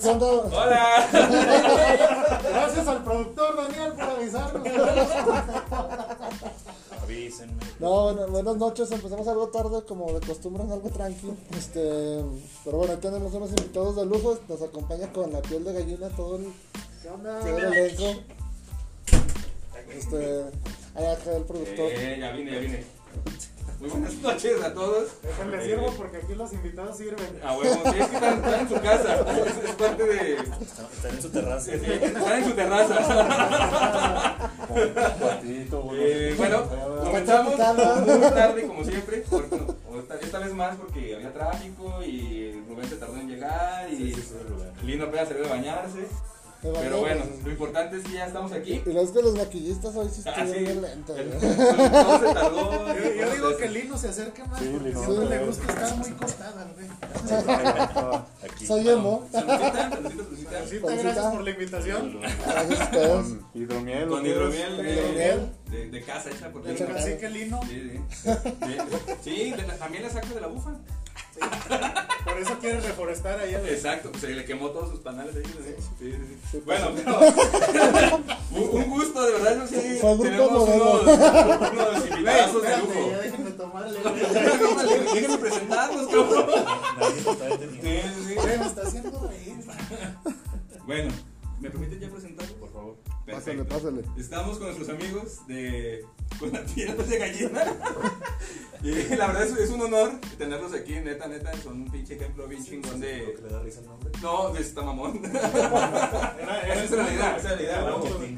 Son dos. ¡Hola! Gracias al productor Daniel por avisarnos. Avísenme. No, bueno, buenas noches. Empezamos algo tarde, como de costumbre, en algo tranqui. Este, pero bueno, ahí tenemos unos invitados de lujo. Nos acompaña con la piel de gallina todo el, todo el elenco. Este, ahí acá el productor. Eh, ya vine, ya vine. Muy buenas noches a todos. Déjenle Eh, sirvo porque aquí los invitados sirven. A huevo, sí, es que están, están en su casa. Es, es parte de. Están en su terraza. es- es- están en su terraza. Eh, bueno, comenzamos muy tarde, como siempre. por- o esta, esta vez más porque había tráfico y Rubén se tardó en llegar. Y Lindo apenas salió de bañarse. Me Pero bañé, bueno, pues. lo importante es que ya estamos aquí. Y los que los maquillistas hoy sí Ah, sí. estuvieron bien lentos. ¿eh? El- güey. todo se tardó. Yo, yo digo que Lino se acerque más Sí, porque Lino. siempre le gusta estar muy costada, güey. Aquí. Soy emo. Saluditas, saluditas, saluditas. Lucita, gracias por la invitación. Gracias a ustedes. Hidromiel. Con hidromiel de, hidromiel. de, de casa hecha por ti. El Sí, casa. cacique Lino, sí. Sí, sí, de la- también la saco de la bufa. por eso quiere reforestar allá. güey. Exacto, pues, se le quemó todos sus panales ahí. ¿no? Sí, sí, sí. Bueno, pero. un, un gusto, de verdad, yo sí. Fue grupo Tenemos modelo. unos, unos Güey, invitados de espérate, ya lujo. déjenme tomarle. Déjame- Déjame presentarnos, cabrón. Nadie Sí, sí, sí. Güey, me está haciendo reír. Bueno, ¿me permiten ya presentarlo, por favor? Pásale, Perfecto. pásale. Estamos con nuestros amigos de con la tierra de gallina. y la verdad es, es un honor tenerlos aquí, neta, neta, son un pinche ejemplo bien chingón de. le da risa el nombre? No, de esta mamón. Era- Esa era- es la idea, esa es la idea, ¿no? Marketing.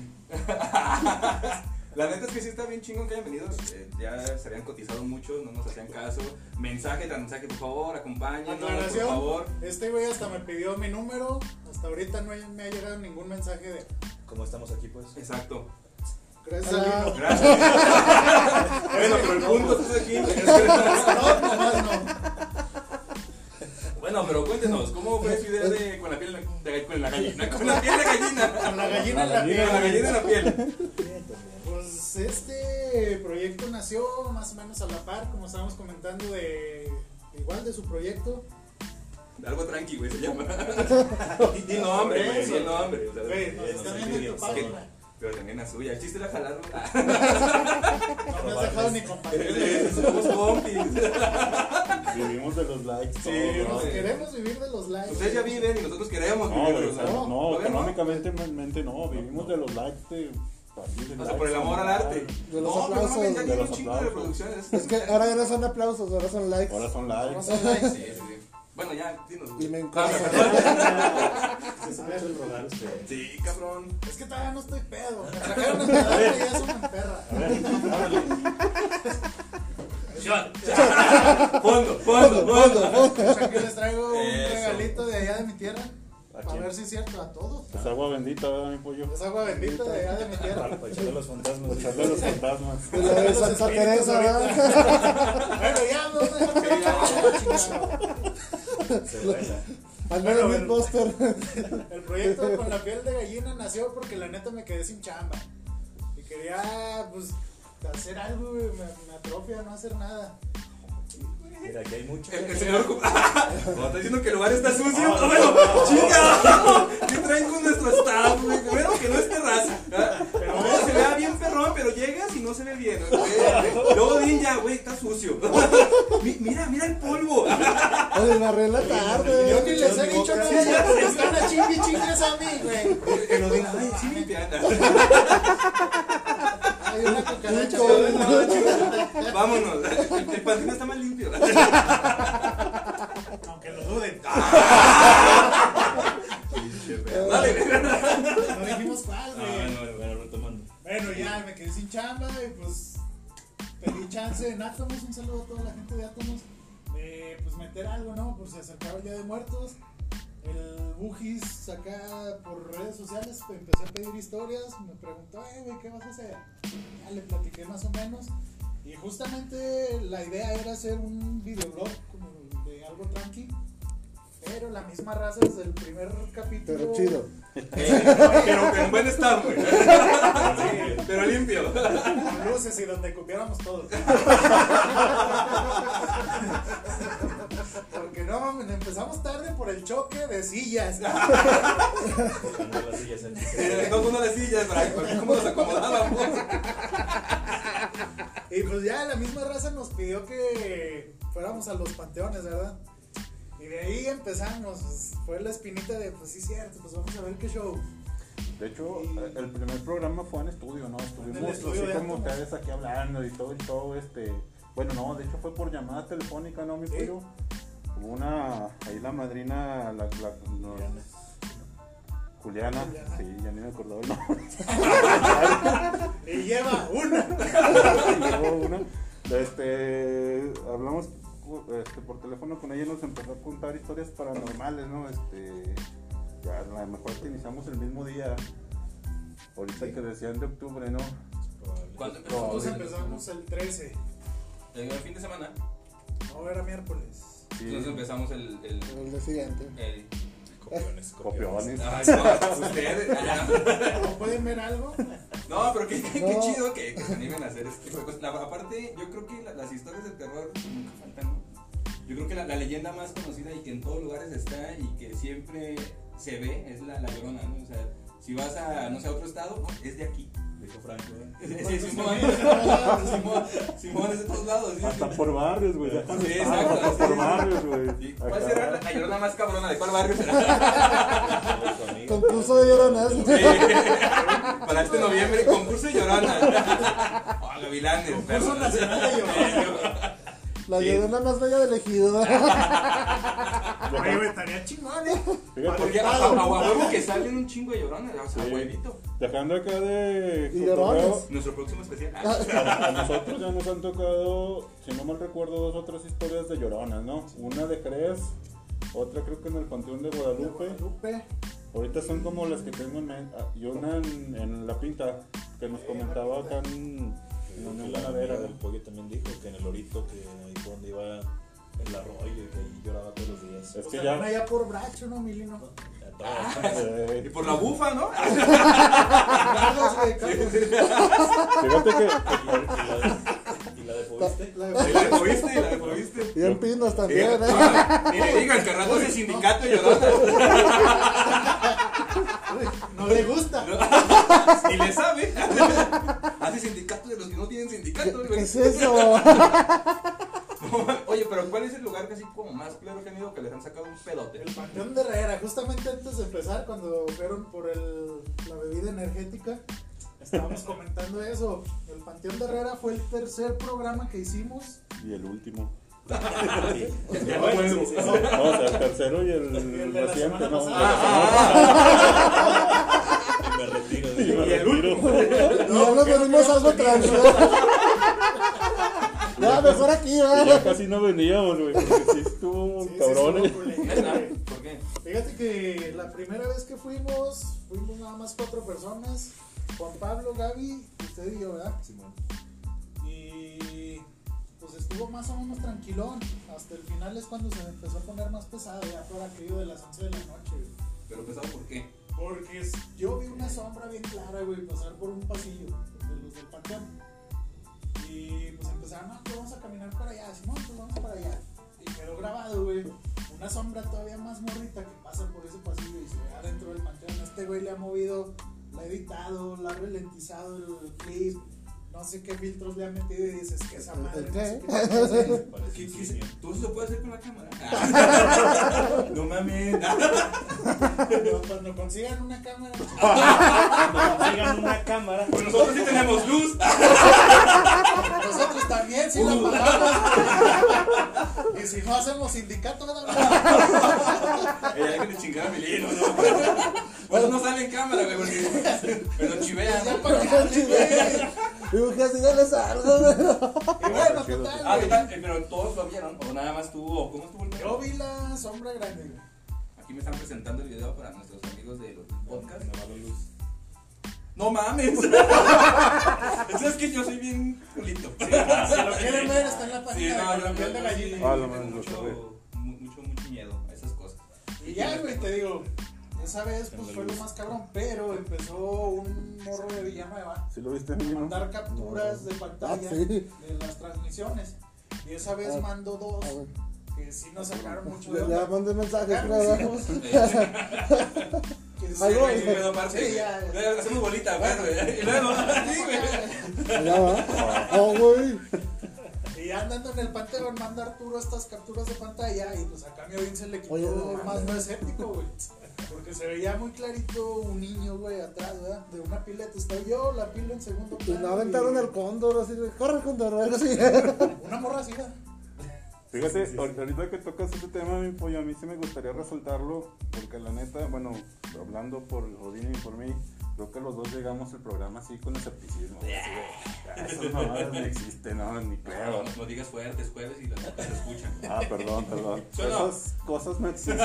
La neta es que sí está bien chingón que hayan venido. eh, ya se habían cotizado mucho, no nos hacían caso. Mensaje tras mensaje, por favor, acompáñenos, por Aclaración. favor. Este güey hasta me pidió mi número. Hasta ahorita no hay- me ha llegado ningún mensaje de. ¿Cómo estamos aquí, pues? Exacto. Gracias Hola. a Lino. Gracias. bueno, pero el punto es aquí. No, nomás no. bueno, pero cuéntenos, ¿cómo fue su idea de con la piel de, de- con la gallina? Con la piel de gallina. Con la gallina en Con la piel. la gallina en la piel. Pues este proyecto nació más o menos a la par, como estábamos comentando, de igual de su proyecto. Algo tranqui, güey, se llama. Di nombre, güey, di nombre. o sea, Güey, nos no están sé viendo qué en tu digas, que- página. Pero también la suya. El chiste la jalaron. No me has dejado ni compartir. Somos compis. Vivimos de los likes. Sí, todo, Nos sí. queremos vivir de los likes. Ustedes ya viven y nosotros queremos. No, vivir, güey, o ¿verdad? sea, no, ¿Lo ven, económicamente mente no, vivimos de los likes de partir de O sea, por el amor al arte. De no, pero los no, aplausos. mames, ya De tiene los un chingo de aplausos. reproducciones. Es que ahora ya no son aplausos, ahora son likes. Ahora son No likes. son likes. Sí, sí, sí. Bueno, ya, dinos. güey. Y me encanta. Ah, perdón. A ver, Sí, cabrón. Es que todavía no estoy pedo. Me trajeron a pedazos y ya son una perra. A ver, ábrele. Fondo, fondo, fondo. O sea, que les traigo un Eso. regalito de allá de mi tierra. ¿A A quién? ver si es cierto, a todos. Es agua bendita, ¿verdad, mi pollo? Es agua bendita de allá de mi tierra. Para echarle los fantasmas. Echarle a los fantasmas. Y la de Santa Teresa, ¿verdad? Bueno, ya no sé. Sí, ya, chingada. Se baila. Al menos Bueno, Bill Buster. El proyecto con la piel de gallina nació porque la neta me quedé sin chamba. Y quería, pues, hacer algo, güey. Me, me atrofia no hacer nada. Mira, aquí hay mucho. El, el señor Cup- Como está diciendo que el lugar está sucio. Ah, bueno, chingado. ¿Qué traen con nuestro staff, güey? Bueno, que no es terraza. ¿ah? Pero bueno, se vea bien perrón, pero llegas y no se ve bien. ¿no? Eh, Luego din ya, güey, está sucio. Mi- mira, mira el polvo. Oye, me arreglé Ah, Yo ni tarde. les he dicho nada. pero me están a chingue y chingues a mí, güey. Que no digan, ay, sí, mi piana. Hay una cucaracha. Chico. güey, no, Vámonos. El pantín está más limpio. Aunque lo duden. Dale. No dijimos cuál, güey. Ah, bueno, retomando. Bueno, ya me quedé sin chamba y pues pedí chance en Átomos, un saludo a toda la gente de Átomos, de pues meter algo, ¿no? Por si acercaba el Día de Muertos. El Bugis acá por redes sociales pues, empecé a pedir historias, me preguntó, eh, güey, ¿qué vas a hacer? Ya le platiqué más o menos. Y justamente la idea era hacer un videoblog como de algo tranqui. Pero la misma raza desde el primer capítulo. Pero chido. Eh, Pero en buen estado, güey. Sí, Pero limpio. con luces y donde cupiéramos todos. Porque no, mames, empezamos tarde, por el choque de sillas. Poniendo las sillas en Le dejó Eh, uno las sillas para para ver cómo nos acomodábamos. Y pues ya la misma raza nos pidió que fuéramos a los panteones, ¿verdad? Y de ahí empezamos. pues, fue la espinita de, pues sí, cierto, pues vamos a ver qué show. De hecho, eh, el primer programa fue en estudio, ¿no? En el Estuvimos estudio de así como Átomos. ustedes aquí hablando y todo el show, este... Bueno, no, de hecho fue por llamada telefónica, ¿no, mi Sí. pollo? Hubo una... Ahí la madrina, la... la- no, Juliana, Juliana. sí, ya ni me acordaba el nombre. Y lleva una. Llegó una, este, hablamos este, por teléfono con ella y nos empezó a contar historias paranormales, ¿no? Este, ya, a lo mejor que iniciamos el mismo día, ahorita que decían de octubre, ¿no? ¿Cuándo Nosotros empezamos empezamos? el 13. El fin de semana. No, era miércoles. Sí, Entonces empezamos el. el, El día siguiente. el- Copiones, copiones. Ay, no, ustedes. allá. ¿No pueden ver algo? No, pero qué, qué- qué No. chido que, que se animen a hacer este tipo de cosas. La- aparte, yo creo que la- las historias de terror nunca faltan, ¿no? Yo creo que la, la leyenda más conocida y que en todos lugares está y que siempre se ve es la, la llorona, ¿no? O sea, si vas a, no sé, a otro estado, no, es de aquí. Dijo Franco, ¿eh? Sí, sí, Simón, Simón, Simón es de todos lados. sí, Hasta sí. por barrios, güey. ya. Sí, exacto, Hasta sí, por sí. barrios, güey. Sí. ¿Cuál Acá. será la, la llorona más cabrona? ¿De cuál barrio será? Conmigo. Concurso de lloronas. Sí. Para este noviembre, concurso de llorona. Oh, gavilanes, Concurso perro. nacional de llorona. La Sí. llorona más bella del ejido. Oye, güey, estaría chingón, ¿eh? Fíjate, Porque a, a- a huevo que salen un chingo de llorones, o sea, Sí. huevito. dejando acá de... Y cotorreo, llorones. Nuestro próximo especial. Ah, A nosotros ya nos han tocado, si no mal recuerdo, dos o tres historias de lloronas, ¿no? Una de Jerez, otra creo que en el Panteón de Guadalupe. Lupe. Ahorita son como las que tengo en mente. Ah, Y una en, en La Pinta, que nos comentaba acá en en la Creo que Unión la Ganadera. amiga del pollo también dijo que en el orito, que ahí fue donde iba el arroyo y que ahí lloraba todos los días. Es O que sea, van ya. allá por Bracho, ¿no, Milino? Ya estaba- Y eh, por la bufa, ¿no? Ah. Carlos, güey, Carlos. Fíjate que. y la- ¿Y la de Poviste? La- Y la moviste, y la moviste. Y en pinos Ni también, ¿eh? le digan que rato ese sindicato de lloronas. No le gusta. Ni le sabe. Hace sindicato de los que no tienen sindicato. ¿eh? ¿Qué güey. es eso? Oye, pero ¿cuál es el lugar casi como más claro que han ido que les han sacado un pedote? El Panteón de Herrera, justamente antes de empezar, cuando fueron por el- la bebida energética, estábamos comentando eso. El Panteón de Herrera fue el tercer programa que hicimos. Y el último. Ya no puedo. No, o sea, el tercero y el, El de la reciente, semana ¿no? Y me retiro. Y me digo, el retiro. Y ya nos venimos algo tranquilos. Ya, mejor aquí, Y ya ¿verdad? casi no veníamos, güey, porque sí Ah, estuvo Sí, sí, cabrón. estuvo culero. ¿Por qué? Fíjate que la primera vez que fuimos, fuimos nada más cuatro personas: Juan Pablo, Gaby, usted y yo, ¿verdad? Simón. Y pues estuvo más o menos tranquilón. Hasta el final es cuando se empezó a poner más pesado, ya por aquello de las 11 de la noche. güey. Pero pesado, ¿por qué? Porque es- yo vi una sombra bien clara, güey, pasar por un pasillo de los del panteón. Y pues empezaron, no, pues vamos a caminar para allá. Simón, pues vamos para allá. Y quedó grabado, güey. Una sombra todavía más morrita que pasa por ese pasillo y se ve adentro del panteón. Este güey le ha movido, la ha editado, la ha ralentizado el clip. No sé qué filtros le ha metido y dices que esa madre. no sé qué chingados es". Parece Pues ¿Qué, un qué se- simio. ¿Todo eso se puede hacer con la cámara? no mames. Cuando- Cuando consigan una cámara, Sigan una cámara. Pues nosotros sí tenemos luz. Nosotros también, si Uh. la pagamos. y si no hacemos sindicato, ¿verdad? Eh, hay que le chingar a Melino, ¿no? Bueno, no sale en cámara, güey, porque. Pero chivea. Ya ¿no? pagaste, güey. Y mujer, dígales algo, ¿verdad? Y bueno, total. Ah, güey. total, eh, pero todos lo vieron, o nada más tú, o cómo estuvo el Yo pedo? vi la sombra grande. güey. Aquí me están presentando el video para nuestros amigos de los podcasts. No vale luz. No mames. es que yo soy bien culito. Ah, Si lo quieren ver, está en la Sí, página no, de yo la piel de sí, gallina. Ah, yo la tengo madre, lo que mucho, mu- mucho, mucho miedo a esas cosas. Y ya, güey, te digo. Esa vez pues fue lo más cabrón, pero empezó un morro de Villanueva ¿Sí lo viste, a Emilio? mandar capturas de Ah, pantalla sí. de las transmisiones. Y esa vez Ah, mandó dos A ver. que porque sí nos sacaron mucho de Le, le onda. mandé mensaje, Ah, creo, sí. ¿verdad? Sí, Algo- güey, sí, pero aparte, Sí, ya. luego Hacemos bolita, güey, güey. Y luego, sí, güey. Allá va. Ah. Oh, güey. Y ya andando en el panteón, manda Arturo estas capturas de pantalla y pues acá mi Vince le quitó Oye, no más mames. no escéptico, güey. Porque se veía muy clarito un niño, güey, atrás, ¿verdad? De una pileta. Estaba yo, la pila en segundo Y Pues no aventaron al cóndor, así, güey. Corre, cóndor, algo así. Una morra así, ¿verdad? Fíjate, ahor- ahorita que tocas este tema, mi pollo, a mí sí me gustaría resaltarlo, porque la neta, bueno, hablando por el Odín y por mí, creo que los dos llegamos al programa así con escepticismo. así de, "Ah, Esas mamadas no existen, no, ni creo. No, no digas fuerte, es jueves y la neta se escucha. Ah, perdón, perdón. Suena. Esas cosas no existen.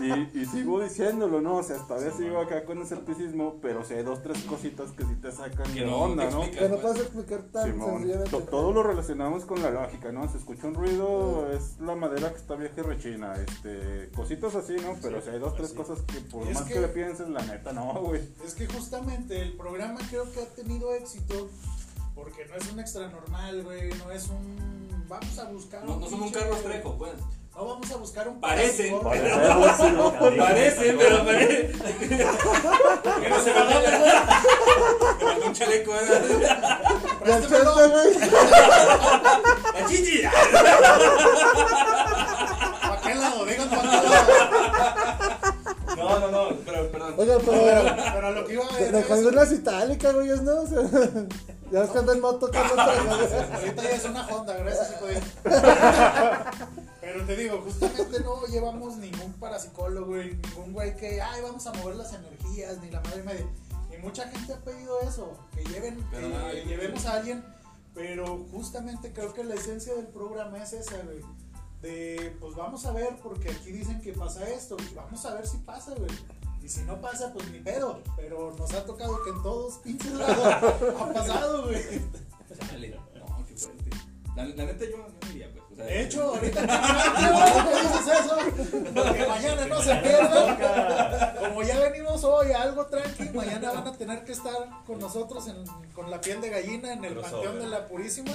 Y, y sigo diciéndolo, ¿no? O sea, hasta vez sigo acá con escepticismo, pero si hay dos, tres cositas que sí te sacan Que de no, onda, que ¿no? explica. Que no puedes explicar tan Simón, sencillamente. to- todo lo relacionamos con la lógica, ¿no? Se escucha un Ah. ruido, es la madera que está vieja y rechina, este, cositas así, ¿no? Pero si hay dos, tres así. cosas que por Es más que... que- le pienses, la neta, no, güey. Es que justamente el programa creo que ha tenido éxito porque no es un extra normal, güey. No es un. Vamos a buscar. No, no somos un pinche- Carlos Trejo, pues. No vamos a buscar un. Parece. pastor. Vale, pero sí, no, Parecen, pero parece. Que no se va a un chaleco, ¿eh? Ya Préstamelo. chente, güey. ¡La chichi! ¿Para qué lado? Digan para qué lado. No, no, no, pero perdón. Oiga, pero. Pero lo que iba a de- decir. Dejó de las itálicas, güey, ¿no? O sea, ya ves que anda en moto, Carlos Trejo, güey. Ahorita ya es una Honda, gracias, hijo de- Pero te digo, justamente no llevamos ningún parapsicólogo, güey, ningún güey que, ay, vamos a mover las energías, ni la madre media. Y mucha gente ha pedido eso, que lleven, Pero que nada, yo- llevemos a alguien. Pero justamente creo que la esencia del programa es esa, güey. De, pues vamos a ver, porque aquí dicen que pasa esto, y vamos a ver si pasa, güey. Y si no pasa, pues ni pedo. Pero nos ha tocado que en todos pinches lados ha pasado, güey. Chale, no, qué fuerte. La, la neta, yo, yo no iría, pues. O sea, De hecho, ahorita que dices eso, porque mañana no se pierdan. Como ya venimos hoy a algo tranqui, mañana van a tener que estar con nosotros en- con la piel de gallina en el Crossover. Panteón de la Purísima.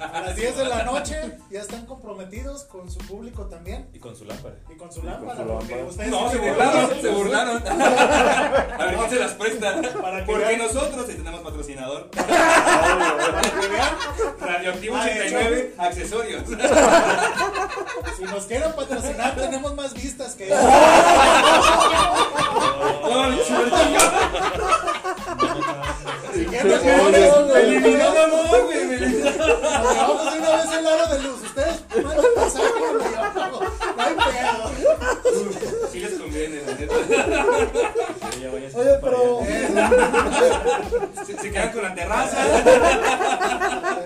A las 10 de la noche ya están comprometidos con su público también Y con su lámpara. y con su con lámpara. su Porque lámpara. ustedes No, se tienen- burlaron, se burlaron. A ver quién se las presta. Para que Porque vean. nosotros sí tenemos patrocinador. Para que vean, Radioactivo Ah, de hecho. 89, accesorios. Si nos quieren patrocinar, tenemos más vistas que Ay, chulo. Si quieren, Me eliminó, mamón, güey. me eliminó. Nos llevamos de una vez el aro de luz. Ustedes mandan mensaje, lo llevamos. No hay pedo. Sí les conviene, la neta. Oye, pero. Se, se quedan con la terraza.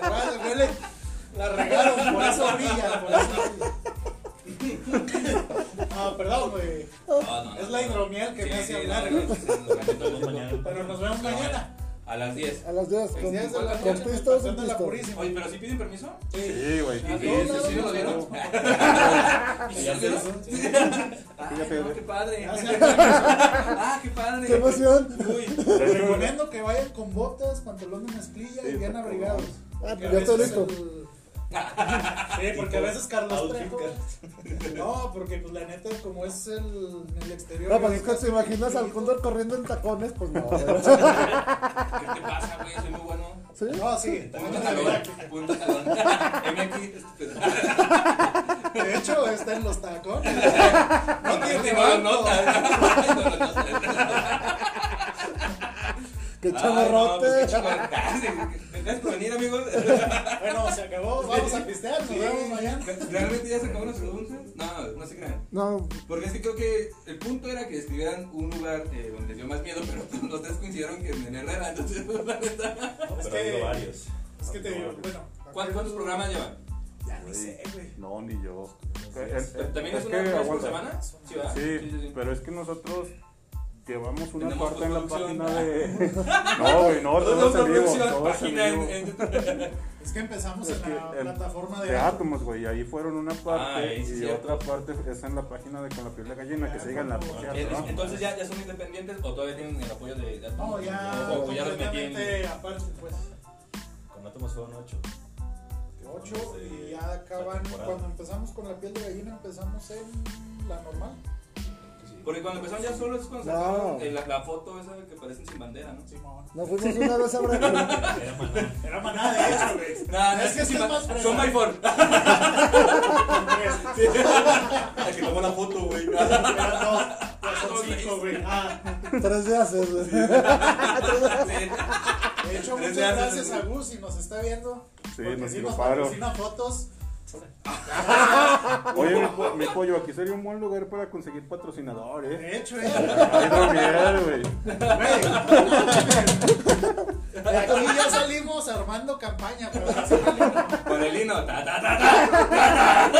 La verdad, huele. La regaron, por eso brilla, por eso brilla. No, Ah, perdón, güey. No, no, no. Es la hidromiel que me hace hablar. güey. Pero nos vemos mañana. A las 10. A las 10, El con, día de la con noche, pista o sin en la pista. purísima. Oye, pero si piden permiso. Sí. Sí, güey. Ah, Sí, no, sí, ¿sí, sí, lo dieron? Ah, Ya se hizo. Ay, Fíjate, no, güey. Ah, qué padre. Ya sea, Ah, qué padre. ¡Qué emoción! Uy, Les recomiendo que vayan con botas, pantalón de mezclilla y Sí, bien por favor. abrigados. Ah, Porque pues a ya estoy veces listo. el- Sí, porque a veces Carlos Outfit Trejo. No, porque pues la neta, como es el, en el exterior. No, pues es que ahorita- te imaginas al cóndor corriendo en tacones, pues no. ¿qué te pasa, güey? Soy muy bueno. ¿Sí? No, sí. Punto talón. Punto talón. MX. De hecho, está en los tacones. No tiene tiene banco. no nota. Ay, Ah, no, ¡Qué pues, qué chamarrote! chamarrote. Gracias por venir, amigos. Bueno, se acabó. Vamos a pistear. Nos vemos mañana. ¿Realmente ya se acabaron las preguntas? No, no se crean. No, Porque es que creo que el punto era que escribieran un lugar eh, donde les dio más miedo, pero los tres coincidieron que en el Herrera. Entonces, la neta. Es Pero ha habido que, varios. es que te digo, bueno. ¿Cuán- ¿Cuántos programas llevan? Ya ni sé, güey. No, ni yo. Eh, ¿También es que una vez por aguanta. semana? Sí, ¿verdad? Sí, pero es que nosotros llevamos una Tenemos parte en la postproducción. página de. No, güey, no, todo es en vivo. Todo es en página en, vivo. en- Es que empezamos Es en la que, em, plataforma de. de átomos, güey. Ahí fueron una parte Ah, ahí sí, y cierto. otra parte es en la página de con la piel de gallina que Ah, sigan la ¿cómo? por cierto, en- Eh, ¿no? Entonces ya, ya son independientes o todavía tienen el apoyo de. de- No, ya. O, o ya los metí en. completamente aparte, pues. Con átomos fueron ocho. que fueron 8 las de y ya acaban. la temporada. Cuando empezamos con la piel de gallina, empezamos en la normal. Porque cuando empezaron ya solo es cuando No. sacaron eh, la, la foto esa que parecen sin bandera, ¿no? Simón. Nos fuimos una vez a Veracruz. Era maná. Era manada, de hecho, güey. Nah, no Es es que que Ah, sin está más ba- fresa. Son by four. Tres. Sí. La que tomó la foto, güey. Eran dos. Ya son Ah, ok. cinco, güey. Ah, Tres días. güey. De hecho, Tres muchas de hace, gracias güey. a Gus si nos está viendo. Sí, porque nos sí dio nos paro. patrocina fotos. Oye, mi, po- mi pollo, aquí sería un buen lugar para conseguir patrocinador, ¿eh? De hecho, eh. Ay, no, mierda, güey. güey. De aquí ya salimos armando campaña. Pero no se vale. Con el hino. Ta, ta, ta, ta.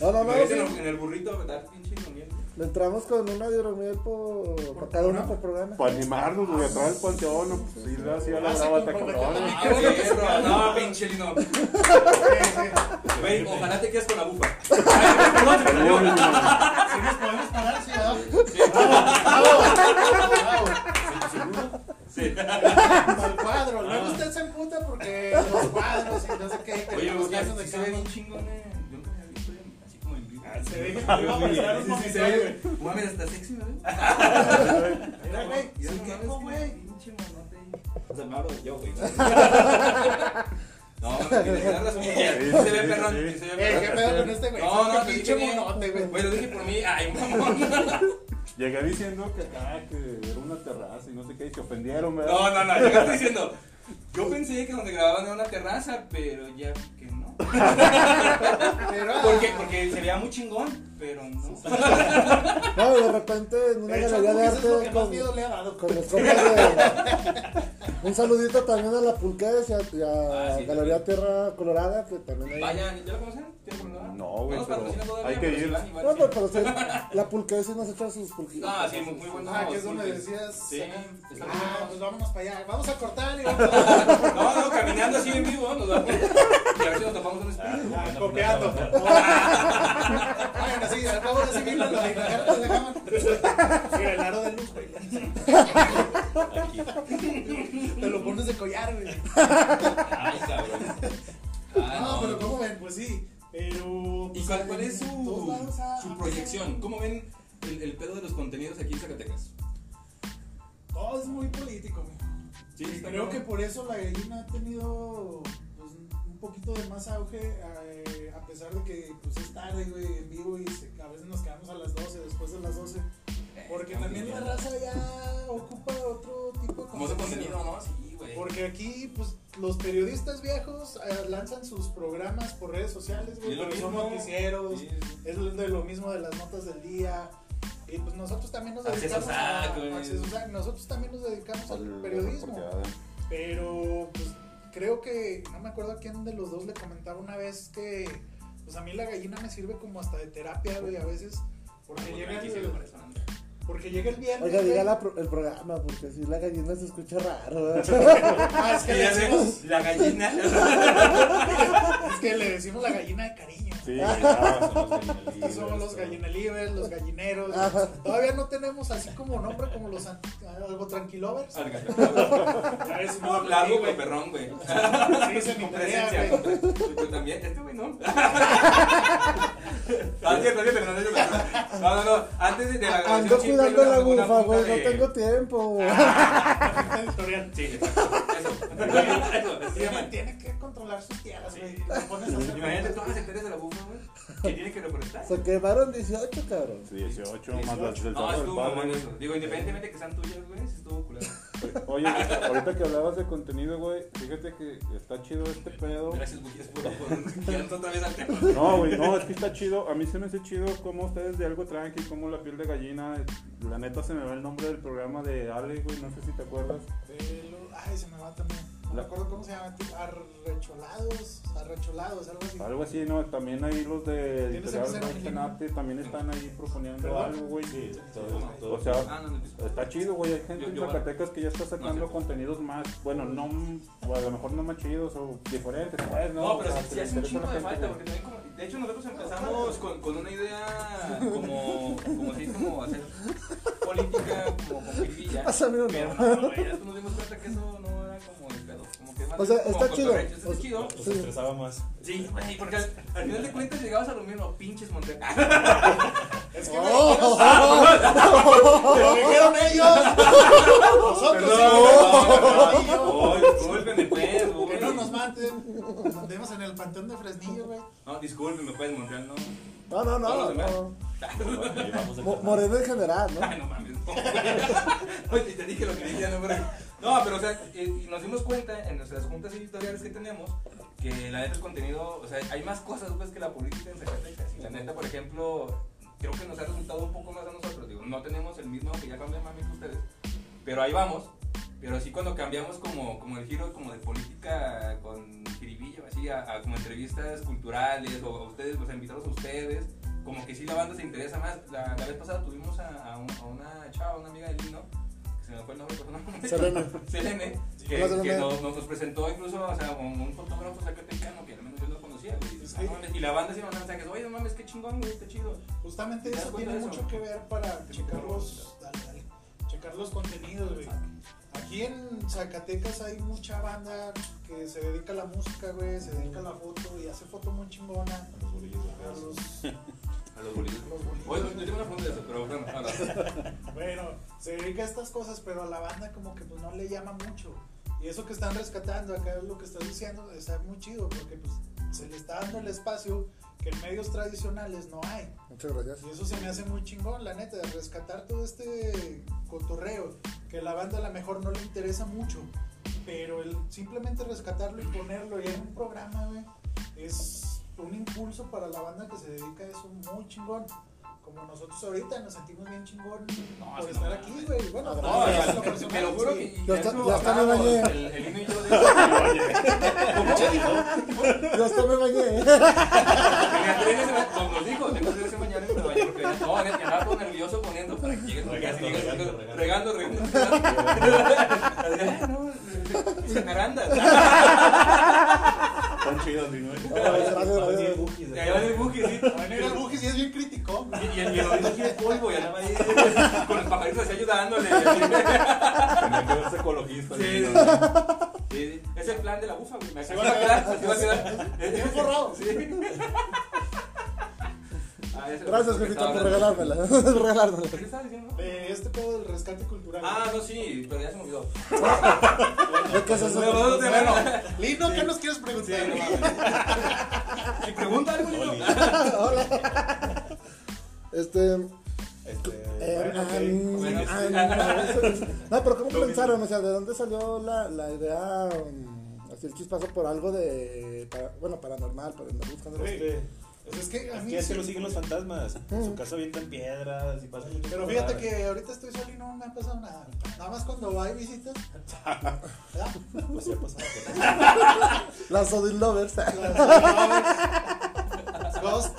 No, no, no. Me dicen sí. en el burrito, ¿verdad? Pinche inconveniente. Le entramos con una hidromiel por, por cada uno por programa. Para animarnos, güey, atrás del panteón, no, pues sí, la- sí, a la Ah, sí, brava está compromete cabrón. también. Ah, perro, No, pinche lino. Sí, sí. Güey, ojalá te quedes con la bufa. Uy, no. Si nos podemos parar, sí, ¿verdad? Sí. Bravo, bravo, Sí. Ah. bravo. Al cuadro. Luego usted se emputa porque los cuadros y no sé qué. que Oye, los güey, casos sí de se ve cama. bien chingón, eh. Yo nunca había visto en- así como en vivo. Se ve que te iba a aparecer un Sí, sí, se ve. momentón, Mames, hasta sexy, ¿no? güey. Mira, güey, Ya sin no mames, tiempo, que güey. pinche manote ahí. O sea, me hablo de yo, güey. No, no, que le quedan las uñas. Sí, Se ve sí, perrón. sí. se ve Eh, perrón. ¿qué pedo con este, güey? No, no, Qué te pinche dije bien. monote, güey. Güey, lo dije por mí. Ay, mamón. Llegué diciendo que acá, que era una terraza y no sé qué, y se ofendieron, ¿verdad? No, no, no, llegaste diciendo. Yo pensé que donde grababan era una terraza, pero ya vi que no. Pero, ah, Porque, porque se veía muy chingón, pero no. No, y de repente en una de hecho, galería de eso es lo que arte más con, miedo le ha dado. con los compas de... Un saludito también a la Pulqués y a, y a Ah, sí, Galería Tierra Colorada, que también hay... Vayan, ¿ya lo conocen? ¿Tienes problema? No, güey, nos pero patrocina todavía, hay que pero si ir. van, igual No, sí. pero, pero sí, la Pulqués sí nos echa sus pulquitos. Ah, sí, muy, muy bueno. Ah, que es donde decías. Sí, está Ah, muy pues vámonos para allá. Vamos a cortar y vamos a. bueno. No, no, caminando así en vivo, nos vamos. Y a ver si nos topamos un espíritu. Ah, Copiando. Vayan así, al favor de seguirnos la carta de cama. Sí, el aro de luz, güey. Aquí. Te lo pones de collar, güey. Ay, cabrón. Ah, No, pero no. ¿cómo ven? Pues sí. Pero. ¿Y pues, cuál, cuál es en todos su, lados, ah, su proyección? ¿Cómo ven el, el pedo de los contenidos aquí en Zacatecas? Todo es muy político, güey. Sí, Y está creo cabrón. que por eso la gallina ha tenido pues, un poquito de más auge, eh, a pesar de que pues, es tarde, güey, en vivo y se- a veces nos quedamos a las 12, después de las 12. Eh, Porque también la raza ya ocupa otro tipo de Como ese contenido, ¿no? Sí, güey. Porque aquí, pues, los periodistas viejos eh, lanzan sus programas por redes sociales, Y güey, es lo pero son mismo. noticieros, Sí, sí. es lo- de lo mismo de las notas del día. Y pues nosotros también nos Acceso dedicamos a, Sac, güey. Acceso Sac, nosotros también nos dedicamos al Al- periodismo. porque, ah, Pero pues creo que, no me acuerdo a quién de los dos le comentaba una vez que, pues a mí la gallina me sirve como hasta de terapia, güey, a veces. Porque, Muy llega, tranquilo para el, eso, ¿no? porque llega el viernes. Oiga, güey. diga la pro- el programa, porque si la gallina se escucha raro. ¿verdad? Ah, es, que Y le ya sé, decimos, la gallina. es que le decimos la gallina de cariño. Sí, ah, Estos somos los gallinelibres, los gallineros. Ajá. Todavía no tenemos así como nombre como los an- algo tranquilovers. Ya ves, No, sí, largo, güey. pero perrón, güey. Sí, hice mi Con tarea, presencia. güey. Yo también, este güey no. Ah, cierto, cierto, no, no, no. No, no, no. Antes de- de la grabación. Ando siempre cuidando una- la una bufa, punta güey, de- no tengo tiempo. Ah. Gente editorial. Sí, exacto. Eso. Eso. Y se además llama. tiene que controlar sus tierras, güey. Sí. Lo pones a hacer- Imagínate todas las hectáreas de la bufa, güey. Que tiene que reforestar. Se quemaron 18, cabrón. 18 más las del No, Santo del estuvo muy bueno Padre. eso. Digo, independientemente de que sean tuyas, güey, sí estuvo culero. Oye, ahorita que hablabas de contenido, güey, fíjate que está chido este pedo. Gracias, güey, es por por- guiando otra vez al tema. No, güey, no, es que está chido. A mí se me hace chido como ustedes de algo tranqui, como la piel de gallina. La neta se me va el nombre del programa de Ale, güey, no sé si te acuerdas. Pelo- Ay, se me va también. No me La- acuerdo cómo se llama. tío. Arrecholados. Arrecholados, algo así. Algo así, ¿no? También ahí los de Tienes que Editorial ser Rankin gallina. Arte también están ahí proponiendo ¿Perdón? algo, güey. Sí, todo, todo. O sea, Ah, no, no, no. Está chido, güey. Hay gente Yo- en yo- Zacatecas que ya está sacando cierto. contenidos más, bueno, no, o a lo mejor no más chidos o diferentes, pues, ¿no? No, pero O sí, sea, que sí le hace un interesa a chingo la de gente, falta, güey. porque también como, de hecho nosotros empezamos con, con una idea como, como así, como hacer política, como con jiribilla. Pásame uno. Pero no, güey, después nos dimos cuenta que eso no era como el pedo, como que es más O sea, está como chido. cotorrechos, Está O sea, chido. Los Sí. estresaba más. Sí, güey, porque al, al final de cuentas llegabas a lo mismo, pinches Monterrey. Es que me ¡Oh! dijeron, ¡Lo dijeron ellos! ¡Nosotros! sí, Perdón. ellos. Oh, discúlpenme, pues, Que güey. no nos maten. Nos mantemos en el panteón de Fresnillo, güey. No, discúlpenme, pues, Monterrey, no. No, no, no. no. Llevamos el Mo- canal. Moreno en general, ¿no? Ay, Ah, no mames, no, güey. Oye, te dije lo que dije, no, pero... No, pero, o sea, eh, y nos dimos cuenta en nuestras juntas editoriales que tenemos que la neta el contenido, o sea, hay más cosas, pues, que la política en Zacatecas. Y la neta, por ejemplo, creo que nos ha resultado un poco más a nosotros. Digo, no tenemos el mismo que ya cambié mami que ustedes, pero ahí vamos. Pero sí cuando cambiamos como, como el giro como de política con jiribillo, así, a, a como entrevistas culturales o a ustedes, pues, a invitarlos a ustedes como que sí la banda se interesa más. La, la vez pasada tuvimos a, a un- a una chava, una amiga de Lino, que se me fue el nombre, perdón. Selena. Selene, que, Hola, Selene. que nos, nos los presentó incluso, o sea, un, un fotógrafo zacatecano que al menos yo no conocía, güey. Y dices, "Ah, no mames", Y la banda sí mandaba mensajes, oye, no mames, qué chingón, güey, qué chido. Justamente ¿Te das eso cuenta tiene de eso? mucho que ver para checar los, dale, dale, checar los contenidos, güey. Aquí en Zacatecas hay mucha banda que se dedica a la música, güey, se dedica a la foto y hace foto muy chingona. A los bolillos de A pedazo. los- A los bolitos. los bolitos. Oye, yo tengo una pregunta de eso, pero bueno, ahora. Bueno, se dedica a estas cosas, pero a la banda como que pues, no le llama mucho. Y eso que están rescatando, acá es lo que estás diciendo, está muy chido, porque pues se le está dando el espacio que en medios tradicionales no hay. Muchas gracias. Y eso se me hace muy chingón, la neta, de rescatar todo este cotorreo, que la banda a lo mejor no le interesa mucho, pero el simplemente rescatarlo y ponerlo ya en un programa, güey, es un impulso para la banda que se dedica a eso muy chingón. Como nosotros ahorita nos sentimos bien chingón No, por sí, estar no, aquí, mames. güey. Bueno, No, también ya, es lo personal, te lo juro sí. que Ya está- estuvo ya está, me hablando bañé. El, el Lino y yo de eso. ¿Cómo? Yo hasta me bañé. ¿eh? Tenía tres veces, como nos dijo, tengo tres veces mañana y me bañé porque no, es que andaba todo nervioso poniendo "Pues, para que llegue porque así llegue Regando, regando, regando, regando, regando. No, se naranda. Están chidos, Lino. gracias, gracias. Y ahí va el buque, sí. Bueno, ir al Bugis sí es bien crítico. güey. Y- Y el miedo aquí es polvo, y andaba ahí con los pajaritos así ayudándole. y así. Tenía que verse ecologista. Sí, Lino. Sí, sí. Es el plan de la bufa, güey. Me Se acabo va a de quedar, se va a quedar. Bien forrado. Sí. Ah, ya se lo Gracias, que jefita, estaba por hablando. regalármela. regalármela. ¿Qué le estaba diciendo? De este pedo del rescate cultural. Ah, no, sí, pero ya se me olvidó. ¿De qué es eso? Bueno, bueno, güey. bueno. Lino, ¿qué nos quieres Sí, preguntar? no mames. Si pregunta algo, Lino. Este. Este, eh, bueno, ok. am, Bueno, sí. am, No, pero ¿cómo Lo pensaron? O sea, ¿de dónde salió la, la idea? mm, Así el chispazo por algo de. para- bueno, paranormal, pero andar buscando. los- Este, Mm. Pues es que a es mí que así sí. lo siguen los fantasmas. En su casa avientan piedras y pasan muchas Pero cosas fíjate raras. que ahorita estoy solo y no me ha pasado nada. Nada más cuando hay visitas. ¿verdad? Pues ya pasan cosas. Las Odin Lovers. Las- Ghost.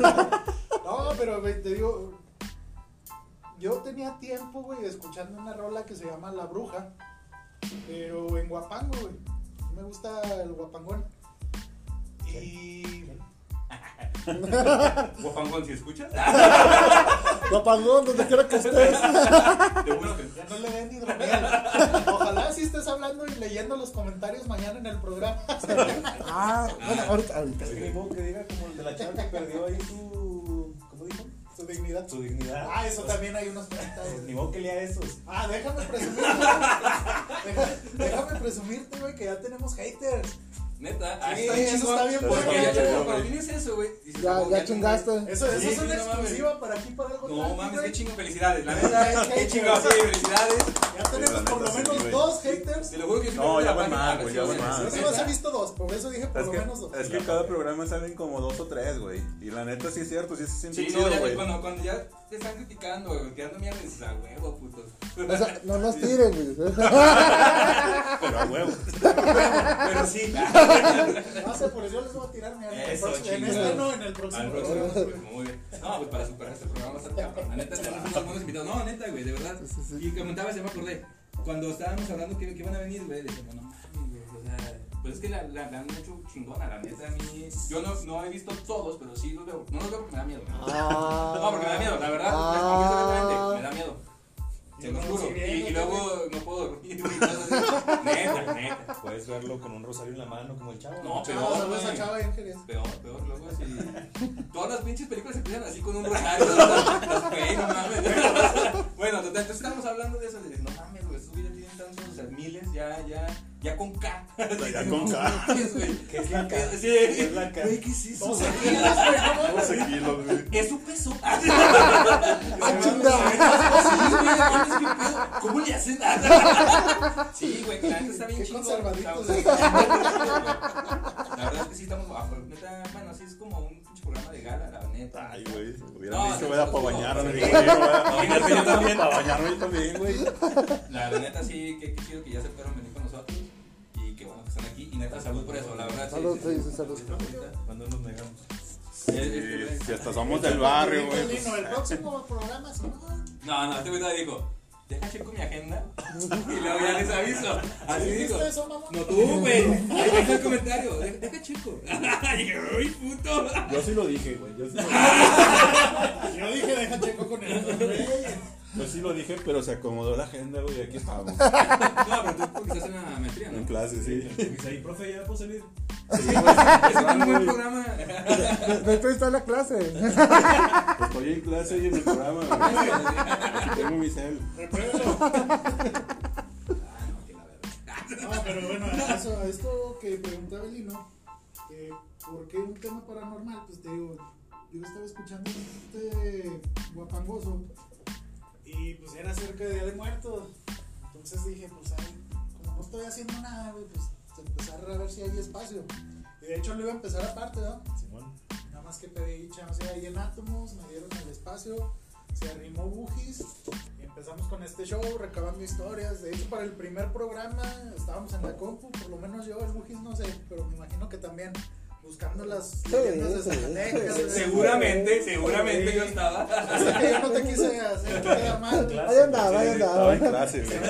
No, pero güey, te digo. Yo tenía tiempo, güey, escuchando una rola que se llama La Bruja. Pero en Guapango, güey. Me gusta el guapangón. Y. Guapangón, si escuchas. Guapangón, donde quiera que estés. De uno Ah, que. Ya no le den hidromiel. Ojalá si estés hablando y leyendo los comentarios mañana en el programa. Ah, bueno, ahorita. ahorita. Es que ni modo que diga como el de la chava que perdió ahí su. ¿Cómo dijo? Su dignidad. Su dignidad. Ah, eso también hay unos comentarios. Pues ni modo que lea esos. Ah, déjame presumirte. Deja- déjame presumirte, güey, que ya tenemos haters. Neta, ah, Sí, eso está bien Porque bueno, ya, güey. cuando tienes eso, güey. dices, Ya, "Oh, ya Eso, chingaste. eso Sí, es una no mames. exclusiva para aquí, para algo No tranqui, mames, güey. qué chingo, felicidades. La Ya, neta, ya, qué ya, chingo, sí, ya. felicidades. Ya tenemos la por lo neta, sí, menos güey. dos haters. Te lo juro que yo No, siempre ya la van página, más, pero güey, sí, ya o van sea, más. sí, Yo Ah, sí, solo sí. he visto dos, por eso dije por Es lo que, menos dos. es que cada programa salen como dos o tres, güey. Y la neta sí es cierto, sí se siente Sí, chido, no, ya güey. cuando, cuando ya te están criticando, güey, tirando mierda, dices, a huevo, putos. O sea, no nos tiren, güey. Pero a huevo. Pero sí, Ah, No sé, Ah, por eso yo les voy a tirar mi arma. Eso, En chingada. este no, en el Al próximo. Ah, próximo, programa, pues, güey. muy bien. No, pues para superar este programa está cabrón. La neta, tenemos unos buenos invitados. No, neta, güey, de verdad. Y comentaba, ya me acordé. Cuando estábamos hablando que, que iban a venir, güey, decíamos, no mames, güey. O sea, pues es que la, la, la han hecho chingona, la neta. A mí, yo no, no he visto todos, pero sí los veo. No los veo porque me da miedo. No, Ah. porque me da miedo, la verdad. Ah. les confieso abiertamente, me da miedo. Se lo no, juro. sí, Y, bien, y no, luego no puedo dormir. güey, nada, Neta, neta. Puedes verlo con un rosario en la mano, como el chavo. No, Ah, pero- saludos a Chava y Ángeles. Peor, peor, luego así. Todas las pinches películas empiezan así con un rosario. Las las- güey, no mames. Bueno, total, entonces estamos hablando de eso. De, no mames, güey, estos videos tienen tantos, o sea, miles, ya, ya, ya con K. Ya con K. ¿Qué es la K? Sí, ¿Qué es la K? Güey, ¿qué es eso? Dos seguidas, güey, ¿cómo? 12 kilos, güey. Es su peso. ¡Ah, chingada! Sí, güey, antes que pedo, ¿Cómo le hacen nada? Sí, güey, que la neta está bien Qué chido. conservaditos. La verdad es que sí estamos bajo. Neta, bueno, sí es como un pinche programa de gala, la neta. Ay, güey. Hubiera No, visto, no, hubiera no, para no, bañarme. sí. güey, hubiera- Fíjate, yo también. Para bañarme yo también, güey. La neta sí, qué, qué chido que ya se fueron venir con nosotros. Y qué bueno que están aquí. Y neta, salud por eso, la verdad. sí, Salud, sí, sí, sí, salud. ahorita. Cuando nos negamos. Eh, Sí, Si este, hasta somos del barrio, güey. pues, Lino, El próximo programa, si no. No, no, este güey todavía dijo. Deja checo mi agenda y luego ya les aviso. Así dijo. ¿Viste eso, mamá? No tú, güey. Ahí deja el comentario. Deja, deja chico. Dije, uy, puto. Yo sí lo dije, güey. Yo sí lo Yo dije, deja checo con el otro, güey. Yo sí lo dije, pero se acomodó la agenda, güey. Aquí estábamos. No, pero tú es porque estás en la maestría, En ¿no? clase, sí. Dice ahí, profe, ya puedo salir. Es un buen programa. No estoy está en la clase. Estoy en clase y en el programa, güey. Aquí tengo mi cel. Repruébelo. Ah, no, que la verdad. No, pero bueno, a eso, a esto que preguntaba el Lino, que ¿por qué un tema paranormal? Pues te digo, yo estaba escuchando este guapangoso y pues era acerca de Día de Muertos. Entonces dije, pues ay, como no estoy haciendo nada, güey, pues empezar a ver si hay espacio. Y de hecho lo iba a empezar aparte, ¿no? Simón. Nada más que pedí chance ahí en Atomos, me dieron el espacio, se arrimó Bugis y empezamos con este show recabando historias. De hecho, para el primer programa estábamos en la compu, por lo menos yo, el Bugis no sé, pero me imagino que también buscando las Sí, leyendas de sí, Zacatecas. sí. güey. Seguramente, seguramente yo estaba. Así que yo no te quise hacer quedar mal. güey. Ahí andaba, ahí Estaba en andaba. clase, güey.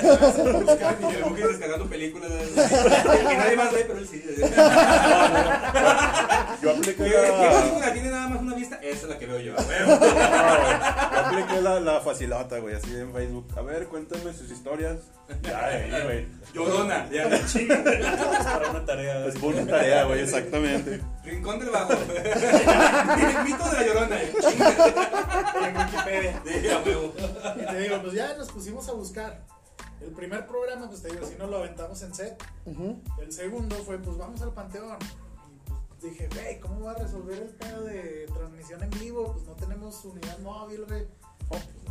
Buscando y el buque descargando películas. Que nadie más ve, pero él sí. ¿Qué Yo qué apliqué la. película tiene nada más una vista? Esa es la que veo yo. Yo apliqué la, la facilota, güey, así en Facebook. A ver, cuéntame sus historias. Ya, ahí, güey. Llorona. ya. Para una tarea. Es buena tarea, güey, exactamente. Rincón del bajo. El mito de la llorona. Chinga. En Wikipedia. Sí, a huevo. Y te digo, pues ya nos pusimos a buscar. El primer programa, pues te digo, si nos lo aventamos en set. Ujú. El segundo fue, pues vamos al panteón. Y pues, dije, güey, ¿cómo va a resolver el pedo de transmisión en vivo? Pues no tenemos unidad móvil, güey.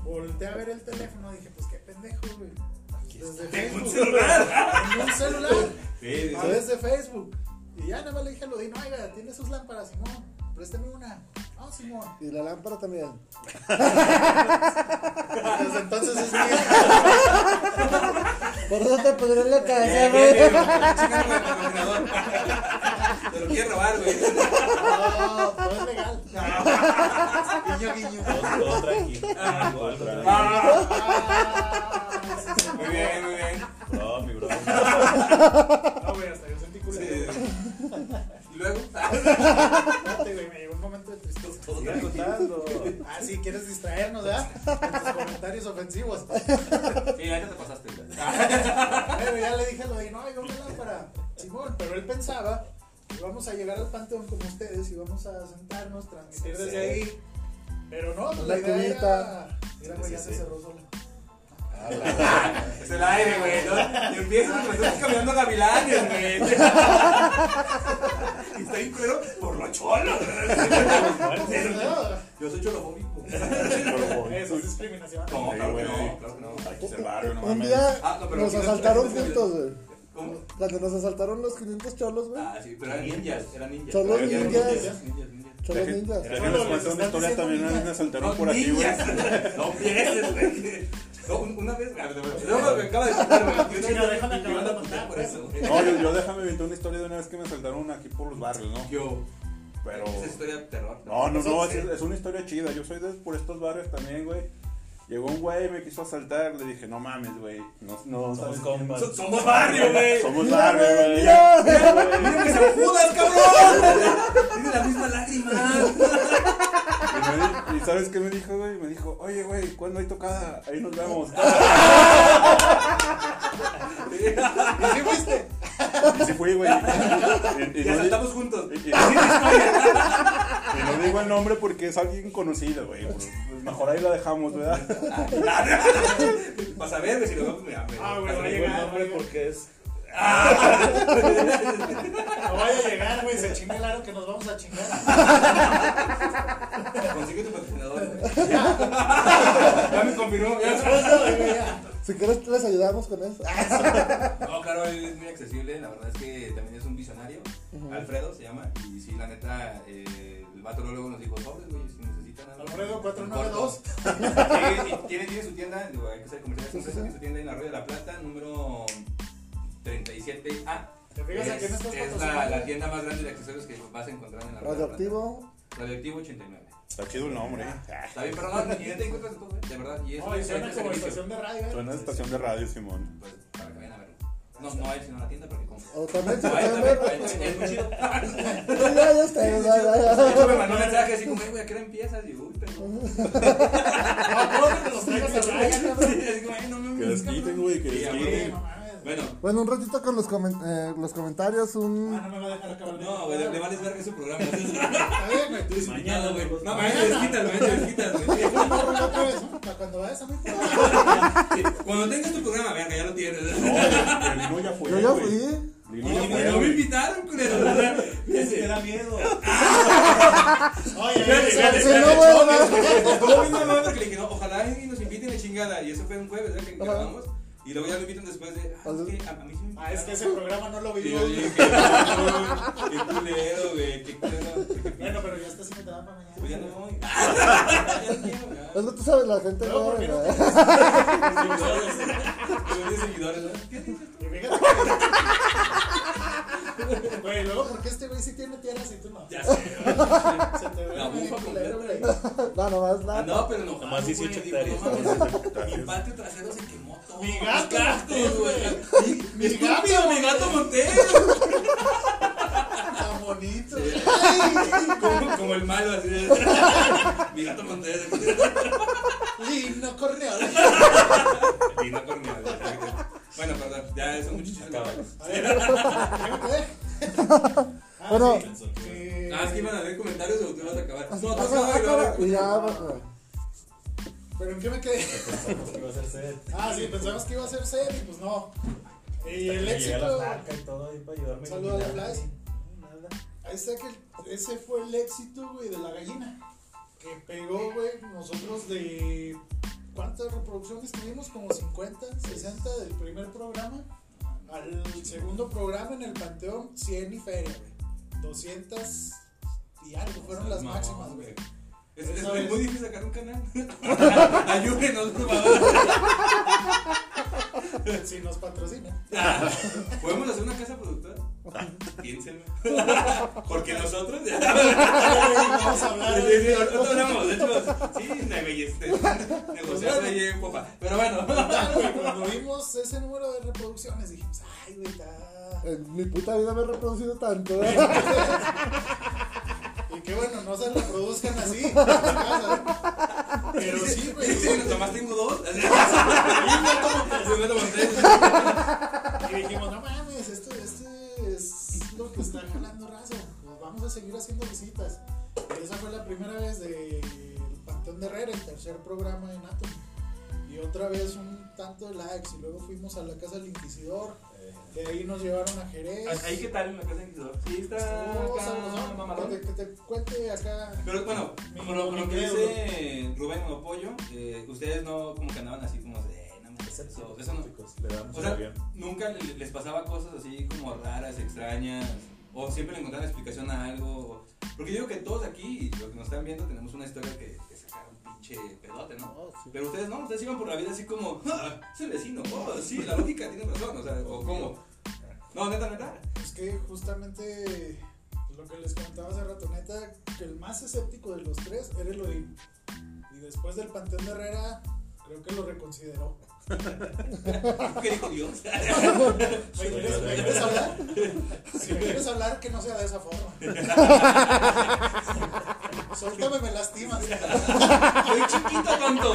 Volté a ver el teléfono, dije, pues qué pendejo, güey. Pues, Desde Tengo un Facebook, celular. güey. Tengo un celular. Sí, sí, A sí. desde Facebook. Y ya nada más le dije a Lodino, oiga, tiene sus lámparas, Simón. Préstame una. Ah, Simón. Y la lámpara también. Desde entonces es mío. Por eso te pondré en la cabeza, Bien, güey. bien, bien, porque chingan con el patrocinador. Te lo quiere robar, güey. No, Oh, todo es legal. Guiño, guiño. Todo, todo tranquilo. Todo tranquilo. Ah, Ah, sí, sí. Muy bien, muy bien. No, mi bro. No, güey, hasta yo sentí culero. Sí. Y luego, Espérate, güey, me llegó un momento de tristeza. Sigan contando. Ah, sí, quieres distraernos, ¿verdad? Con tus comentarios ofensivos. sí, ahorita te pasaste. güey. Pero ya le dije lo de, no, yo una lámpara. Simón, pero él pensaba que íbamos a llegar al panteón como ustedes y íbamos a sentarnos, transmitir desde Sí. ahí. Pero no, pues Una la idea cubita. era... Mira, güey, ya Sí, se sí. cerró sola. Es el aire, güey. ¿no? Y empiezas, pues, estás caminando gavilanes, güey. Y está bien culero por lo cholo. Yo soy cholofóbico. Eso es discriminación. No, claro que no, güey. claro que no. Aquí es el barrio, no Un mames. día Ah, no, pero nos sí, asaltaron sí, sí, sí. juntos, güey. ¿Cómo? Cuando nos asaltaron los 500 cholos, güey. Ah, sí, pero eran ninjas, eran ninjas. Cholos Eran ninjas. Ninjas, ninjas. Cholos ninjas. Déjenme les cuento una historia también. una vez Me asaltaron No, por aquí, güey. niñas. No pienses, güey. No, un- una vez. ah, no, No, me acaba de contar, güey. Yo Chinga, déjame me iban a acabar de putear por eso, güey. No, yo, yo déjame inventar una historia de una vez que me asaltaron aquí por los barrios, ¿no? Yo. Pero. Esa es historia de terror. No, no, no, es, Sí. es una historia chida. Yo soy de por estos barrios también, güey. Llegó un güey, me quiso asaltar, le dije, no mames, güey. No, no, Somos ¿sabes? compas. So- Somos barrio, güey. Somos barrio, güey. ¡Mira que se me jodas, cabrón! Tiene la misma lágrima. me di- ¿Y sabes qué me dijo, güey? Me dijo, oye, güey, ¿cuándo hay tocada? Ahí nos vemos. ¿Y si fuiste? Y se fue, güey. Y- y Y no di- asaltamos juntos. Y, y- y no digo el nombre porque es alguien conocido, güey. Pues, pues, mejor ahí la dejamos, ¿verdad? Vas a ver, güey, si lo vamos, mira, Ah, güey, vas va a a ver, llegar. güey, nombre porque es. No vaya a llegar, güey. Se chinga el aro que nos vamos a chingar. no, Consigue tu patrocinador, güey. Ya me confirmó. ya. Si quieres, les ayudamos con eso. Ah, No, claro, él es muy accesible. La verdad es que también es un visionario. Alfredo se llama. Y sí, la neta, eh, el vato luego nos dijo: Sobres, güey, si necesitan algo. Alfredo 492. Sí, y tiene, tiene su tienda, digo, hay que ser comerciales, siempre, tiene su tienda en Arroyo de la Plata, número 37A. ¿Te fijas a quién es, estás es la, la patrocinando? tienda más grande de accesorios que vas a encontrar en la Arroyo de la Plata. Radioactivo. Radioactivo 89. Está chido el nombre, ¿eh? Está bien, pero no, y ya te encuentras todo, ¿eh? de verdad. Y es No, un y suena como excelente servicio. estación de radio. eh. Suena a estación de radio, Simón. Pues, para que vayan a verlo. No, no a él, sino a la tienda, porque como. O también, si No, a él pueden también, ver. a él también, es muy chido. Sí, Ya, ya está. ya, ya, ya. De hecho, me mandó un mensaje así como, "Ey, güey, ¿a qué hora empiezas? Y yo, uy, pero. No, todo que nos traigas a radio, cabrón. Sí, así como, "Ay, no me Que mames, desquiten, cabrón". güey, que Sí, a desquiten. Sí, no mames. Bueno, Bueno, un ratito con los, comen- eh, los comentarios. Ah, Un... no me va a dejar acabar de- no, güey, le le vales verga su programa. Está bien, güey. Tú eres invitado, güey. No, Mañana. mañana te desquitas, güey, te desquitas, güey. Tú no, güey, otra vez, ¿no? Para cuando vayas a mi programa. Sí, Cuando tengas tu programa, verga, ya lo tienes. No, el Lino ya fue. Yo ya güey. fui. Lino Y ya y fue, no me güey. invitaron, culero. Me da miedo. Oye, eso- Espérate, espérate, Si no, espérate. No, bueno, nada. me costó mi mamá porque le dije, no, ojalá y nos inviten de chingada. Y eso fue un jueves, ¿verdad? Que Ajá. grabamos. Y luego ya lo invitan después de. Ah, es que a, a mí sí me Ah, es que invitaron. ese programa no lo Y vivo. yo dije, "Uy, qué culero, güey, qué culero. Bueno, pero ya está sin para mañana. Pues ya no voy. Ya no quiero, Es que tú sabes, la gente. No, güey, porque no güey. ya. Seguidores. Seguidores, ¿no? ¿Qué dices? Y fíjate que- Güey, luego, ¿por qué este güey sí tiene tierras y tú no? Ya sé, güey. Se te ve La muy bufa culero, completa. güey. No, nomás nada. Ah, no, pero no. Nomás 18 hectáreas. Mi patio trasero se quemó todo. Mi gato, Cactus, güey. Mi, Mi gato, gato, mi gato Montero. Ah, Tan bonito. Como, como el malo, así. de- Mi gato Montero. Lindo correo. Dina Corneal. Bueno, perdón, ya son muchos acabados. Eh, Bueno. Eh, Ah, es que iban a ver comentarios o tú vas a acabar. No, tú vas Acaba, a acaba. acabar. Y ah, ya, bueno. ¿Pero en qué me quedé? Iba a ser set. Ah, sí, pensamos que iba a ser serio y pues no. Y el Llegué a la éxito. placa y todo ahí para ayudarme. Saludo a la iluminar, Flash. güey. Nada. Ahí está que ese fue el éxito, güey, de la gallina. Que pegó, güey, nosotros de. ¿Cuántas reproducciones tuvimos? Como 50, 60 del primer programa. Al segundo programa en el Panteón, 100 y feria, güey. 200 y algo fueron las Mamón, máximas, güey. Es, es Esa vez. muy difícil sacar un canal. Ayúdenos, por favor. Si nos patrocinan. Ah, ¿Podemos hacer una casa productora? Piénsenlo. Porque nosotros. Vamos a hablar. Sí, sí, ahorita hablamos, de hecho, sí, negociaste, negociaste ahí en popa. Pero bueno, Total, güey, Cuando vimos ese número de reproducciones, dijimos, ay, güey, está. En mi puta vida me he reproducido tanto. güey. Y que bueno, no se reproduzcan así. en casa, güey. Pero sí, güey. sí, nomás tengo dos. Así, me tomo tres. Y dijimos, no mames, esto, este es lo que está jalando raza. Nos vamos a seguir haciendo visitas. Y esa fue la primera vez del Panteón de Herrera, el tercer programa en Atom. Y otra vez un tanto de likes. Y luego fuimos a la casa del Inquisidor. De ahí nos llevaron a Jerez. Ahí qué tal en la casa de Inquisidor. Sí, está Estuvo acá, sabrosón. mamadón. Que te- que te cuente acá. Pero bueno, por lo, por lo que dice Rubén o Pollo, eh, ustedes no como que andaban así como de, "Eh, no, mames, eso, eso no. Chicos, le damos O un sea, avión. nunca le- les pasaba cosas así como raras, extrañas, o siempre le encontraban explicación a algo. Porque yo digo que todos aquí, los que nos están viendo, tenemos una historia que, que sacar un pinche pedote, ¿no? Oh, sí. Pero ustedes no, ustedes iban por la vida así como, ah, es el vecino, oh, sí, la lógica tiene razón, o sea, o cómo. No, neta, neta. Es que justamente lo que les comentaba hace rato, neta, que el más escéptico de los tres era el Odín. Y después del Panteón de Herrera, creo que lo reconsideró. ¿Qué dijo Dios? ¿Me quieres, me quieres hablar? Si me quieres hablar, que no sea de esa forma. Suéltame, me lastimas. Soy chiquito, tonto.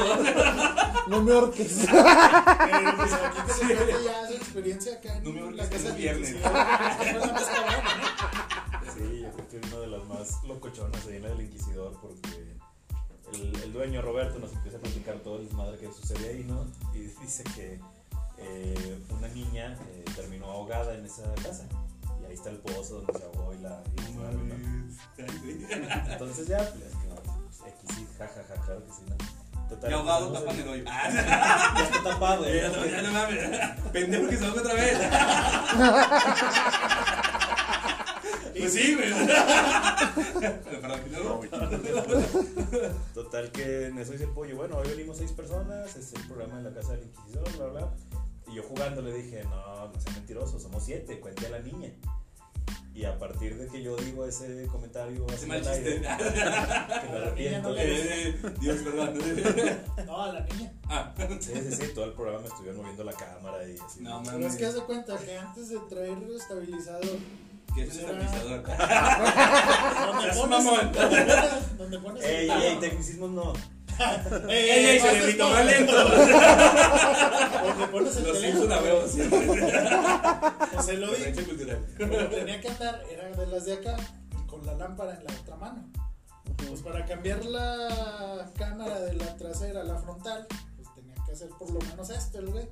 No me ahorques. Aquí te lo cuento ya su experiencia acá en No me la ahorques casa el de viernes. Luis, sí, fue la más cabrona. ah. Sí, yo creo que es una de las más locochonas ahí en la del Inquisidor porque el, el dueño Roberto nos empieza a platicar todo el desmadre que sucede ahí, ¿no? Y dice que eh, una niña eh, terminó ahogada en esa casa. Y ahí está el pozo donde se ahogó y la... y la- ¿no? Entonces ya, pues, que, pues, X, sí, ja, ja, ja, claro que sí, ¿no? Total, Y ahogado no sé, tapan el hoyo. Ya está tapado, Eh, ya no, ya no mames. Pendejo que se ahoga otra vez. Pues sí, güey. Pero, Perdón, ¿y luego? Total que en eso dice el pollo, bueno, hoy venimos seis personas, es el programa de la casa del inquisidor, bla, bla. Y yo jugando le dije, no, no sea mentiroso, somos siete, cuente a la niña. Y a partir de que yo digo ese comentario, Ese así mal al aire, chiste. que me arrepiento. La niña Eh, Dios, perdón. No, a la niña. Ah, Sí, sí, sí, todo el programa me estuvieron moviendo la cámara y así. no Pero es mames. que haz de cuenta que antes de traer el estabilizador, Que es un Ah. estabilizador. donde Seas pones, mamón. donde pones, donde pones Ey, el- ey, tecnicismos no. Ey, ¡Ey, ey, no haces cerebrito, todo. más lento! Donde pones el Los Simpson teléfono. a huevo siempre. Se lo dije. Referencia cultural. Como tenía que andar, era de las de acá, con la lámpara en la otra mano. Pues para cambiar la cámara de la trasera a la frontal, pues tenía que hacer por lo menos esto, el güey.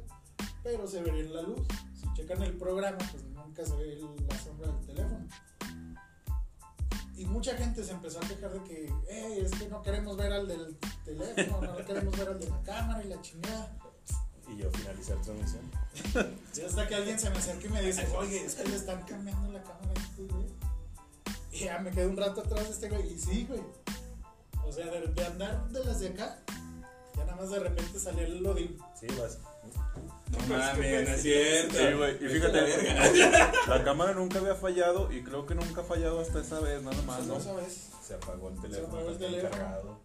Pero se vería en la luz. Si checan el programa, pues nunca se ve el- la sombra del teléfono. Y mucha gente se empezó a quejar de que, hey, es que no queremos ver al del teléfono, no queremos ver al de la cámara y la chingada. Y yo finalicé la transmisión. Y hasta que alguien se me acerca y me dice, oye, es que le están cambiando la cámara a este güey. Y ya me quedé un rato atrás de este güey. Y sí, güey. O sea, de, de andar de las de acá, ya nada más de repente salió el Lodin. Sí, vas. No mames, no es cierto. Sí, güey, y Vete fíjate, a la verga. La cámara nunca había fallado y creo que nunca ha fallado hasta esa vez, nada más, ¿no? No sabes, Se apagó el teléfono. apagó el está teléfono. encargado.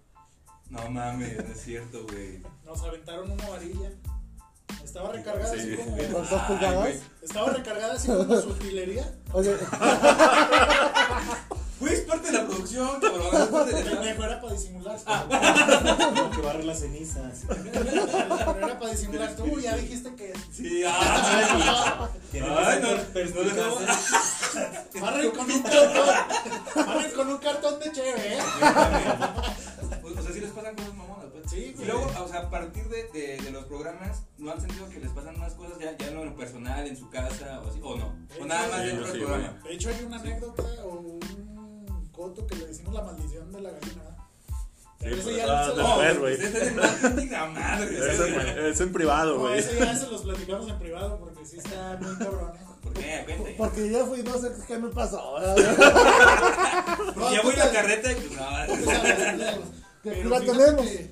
No mames, no es cierto, güey. nos aventaron una varilla. Estaba recargada Sí. así como. ¿Con dos Ay, pulgadas? güey. Estaba recargada así como su utilería. Oye, Güey, es parte de la producción, cabrón. Es parte de la... Pendejo, era para disimular. Ah, Como que barre la ceniza. así. Pero era para disimular. Tú ya dijiste que. Sí, ah, Tiene Ay, no, las no dejamos. perspicacias. Barren ¿eh? con un cartón. Barren con un cartón de cheve, ¿eh? O sea, sí les pasan cosas mamonas, pues. Sí, Y güey. luego, o sea, a partir de, de, de los programas, ¿no han sentido que les pasan más cosas ya, ya en lo personal, en su casa o así? ¿O no? ¿O nada más Sí, dentro sí, del güey. programa? De hecho, hay una anécdota o un coto que le decimos la maldición de la gallina. Pero Sí, eso pues, ya ah, se después, lo- güey. ustedes están en marketing a madre. Es ustedes, en, güey. es en privado, No, güey. eso ya se los platicamos en privado porque sí está muy cabrón. ¿eh? ¿Por qué? Cuente. porque yo fui, no sé qué me pasó. Porque ya voy en la carreta y pues nada. Tú sabes, claro. Que pues, Pero pues, la fíjate tenemos. que-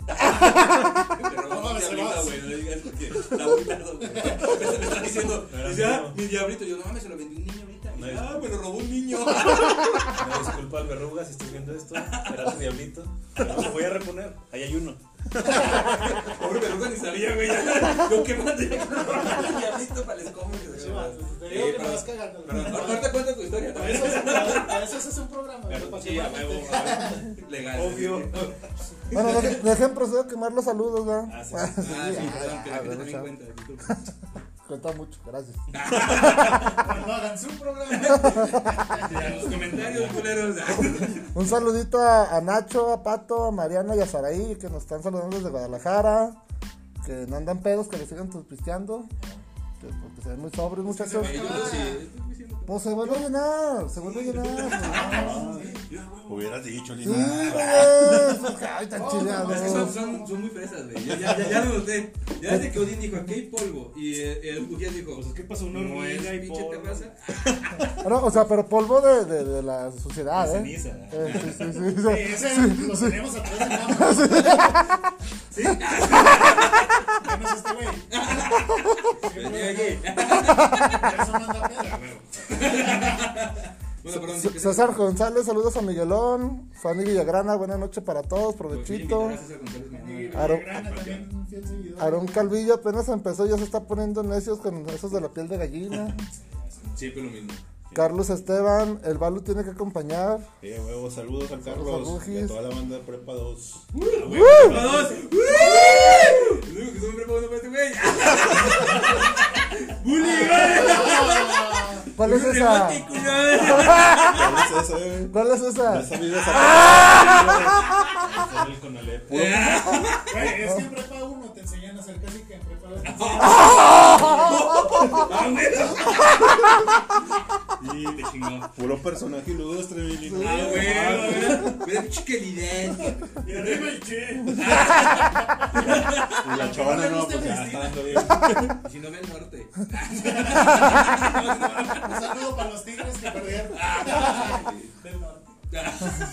Pero No no, mames, mi se diablito, vas. güey, no digas porque está abultado, güey. Me está diciendo, Pero dice, ah, no. mi diablito. Yo, no mames, se lo vendí a un niño ahorita. No Dice, es- ah, me lo robó un niño. Una disculpa al verruga si estás viendo esto. Era tu diablito. Pero lo voy a reponer. Ahí hay uno. Pobre peluca ni sabía, güey. ya. Yo qué mandé. Diablito para el escombro. que pues, Sí, se llama. va, Te digo Sí, que me pero- vas cagando. Pero no, no te cuento tu historia Para eso también. es- para eso es un programa. ¿no? Para que Sí, a realmente- huevo, a huevo. Legal. Obvio. Bueno, dejen, dejen proceder a quemar los saludos, ¿verdad? Ah, sí. Ah, sí, perdón, que Ah, la gente bueno, también chao. cuenta. disculpa. Cuenta mucho, gracias. No hagan su programa. Ya, Los comentarios, culeros. Un saludito a, a Nacho, a Pato, a Mariana y a Saraí, que nos están saludando desde Guadalajara. Que no andan pedos, que le sigan pisteando. que- porque se ven muy sobres, muchachos. Güey, yo sí, estoy diciendo- Pues se vuelve a llenar, se vuelve a llenar. Hubieras dicho, Sí, Lina. güey. Ay, tan chileado. Es que son, son, son muy fresas, güey. Ya, ya, ya, ya lo noté. Ya desde que Odín dijo, aquí hay polvo. Y eh, el Bujías dijo, Pues es que pasó una no es hormiga y pinche polvo. terraza. Ah, no, o sea, pero polvo de, de, de la suciedad, La ¿eh? ceniza, ¿eh? Eh, sí, sí, sí, sí. Ese lo tenemos atrás de la mano. Sí. Menos este güey. Llega aquí. Eso manda piedra. Bueno, perdón. C- César Pues, González, saludos a Miguelón, Fanny Villagrana, buena noche para todos, Pues provechito. Y Aro- Grana también, un fiel seguidor. Aarón Calvillo apenas empezó, ya se está poniendo necios con esos de la piel de gallina. Siempre lo mismo. Sí, Carlos Esteban, el Balu tiene que acompañar. Eh, huevo, saludos a Saludos a Carlos y Bujis. a toda la banda de Prepa 2. ¡Prepa dos! ¡Uh! Lo único que soy un prepa dos para este güey. ¡Bully, ¿Cuál Pues es esa? ¿Cuál es esa, eh? ¿Cuál es esa? Pues, Esa misma Ah. saca- Hacer el Conalep. Güey, es que en prepa 1 te enseñan a hacer casi que en prepa 2 Y te chingó. Puro personaje ilustre, mi niño. ¡Ah, güey! ¡Mira pinche calidez! Y arriba el che. Ah, Y la chavana no, pues ya está dando bien. Y Si no ve el norte. Un saludo para los tigres que perdieron. Del norte.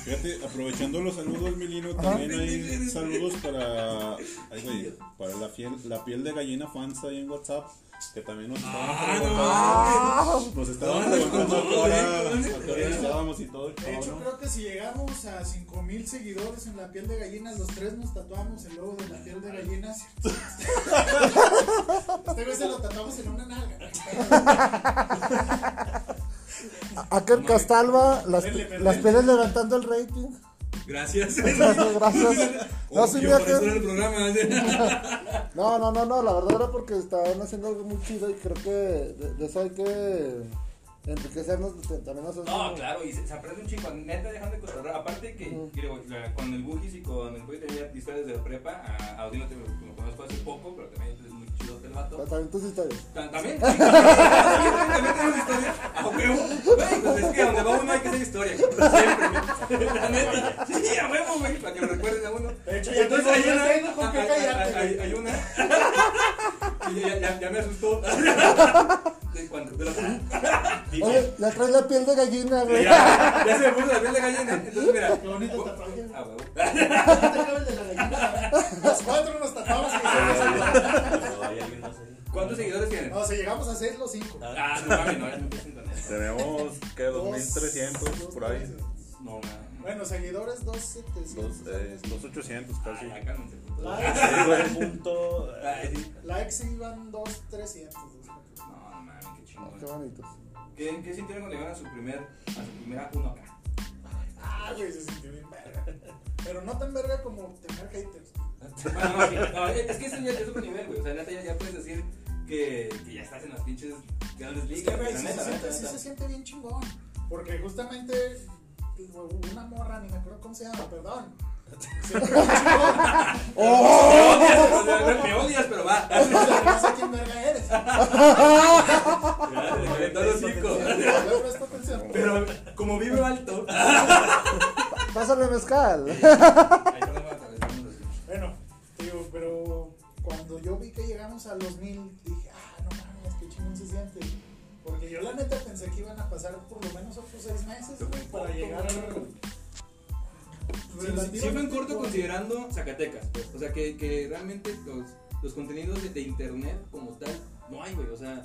Fíjate, aprovechando los saludos, Milino, también hay saludos para, ay, güey, para la, fiel- la piel de gallina fans ahí en WhatsApp, que también nos Ah, estaban preguntando. Nos estaban preguntando a qué eh. hora- a qué hora estábamos y todo. De hecho, cabrón. creo que si llegamos a 5000 seguidores en la piel de gallinas, los tres nos tatuamos el logo de la piel de gallinas. Este vez se lo tatuamos en una nalga. Aquel Castalba, las, Verle, verle. las pieles levantando el rating. Gracias. Gracias. No, sí, Obvio, mira por eso era que- el programa. no, no, no, no, la verdad era porque estaban haciendo algo muy chido y creo que de, de eso hay que enriquecernos de- también nosotros. No, claro, y se, se aprende un chingo, neta dejando de cotorrear. Aparte que Ujú. creo, la- con el Bugis y con el Puy tenía historias de prepa, a a Odino te lo conozco hace poco, pero también es muy chido el vato. También tus historias. Ta- También, sí, también tenemos historia. A huevo. Güey, pues es que donde va uno hay que hacer historia. Siempre. La neta. Sí, a huevo, güey, para que lo recuerden a uno. De hecho, Entonces hay una. tengo con qué hay- hay- hay- callarte. hay una. Y ya, ya, ya me asustó. De cuando te lo- Oye, ya traes la piel de gallina, güey. ya, ya se me puso la piel de gallina. Entonces, mira. Qué bonito tatuaje. Ah, huevo. No te acabes de la gallina. Los cuatro nos tatuamos. que- ¿Hay alguien más ahí? ¿Cuántos seguidores tienen? No, si llegamos a 6, los 5. Ah, no mames, no, ya no pienso en internet. Tenemos que 2300 por ahí, No, mames. Bueno, seguidores 2700. dos, eh, 2800 Pues casi. Ay, ya cálmense. Likes, punto. eh, Ay, sí. likes iban 2300. No, no mames, qué Qué chingón. bonitos. ¿Qué, qué sintieron cuando llegaron a su primer, a su primera 1K? Ah, güey, se sintió bien verga. Pero no tan verga como tener haters. Bueno, no, sí, no, es que eso ya es otro nivel, güey. O sea, neta, ya, ya puedes decir que, que ya estás en las pinches grandes Es que, ligas. güey, la sí neta, se la siente- sí neta. se siente bien chingón. Porque justamente güey, una morra, ni me acuerdo cómo se llama, perdón. Se me chingón. Me odias, o sea, Me odias, pero va. No sé quién verga eres. Ya, le calentó los cinco. Yo presto atención. Pero como vive alto. Pásale mezcal. Ahí no me atravesamos así. Bueno, te digo, pero cuando yo vi que llegamos a los mil, dije, ah, no mames, qué chingón se siente. Porque yo la neta pensé que iban a pasar por lo menos otros seis meses Se fue güey, en para corto, llegar a... güey. Sí, Siempre en corto considerando Zacatecas, pues. O sea, que, que realmente los, los contenidos de, de internet como tal no hay, güey. O sea,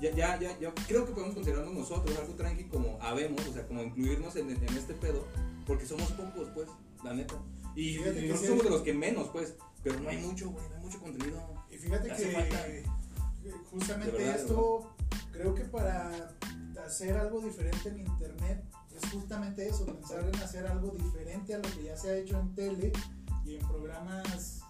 ya, ya, ya, yo creo que podemos considerarnos nosotros algo tranqui como habemos, o sea, como incluirnos en, en este pedo, porque somos pocos, pues, la neta. Y, Fíjate que nosotros sí. somos de los que menos, pues, pero no hay mucho, güey, no hay mucho contenido. Y fíjate Hace falta. que eh, justamente De verdad, esto, creo que para hacer algo diferente en internet es justamente eso, pensar en hacer algo diferente a lo que ya se ha hecho en tele y en programas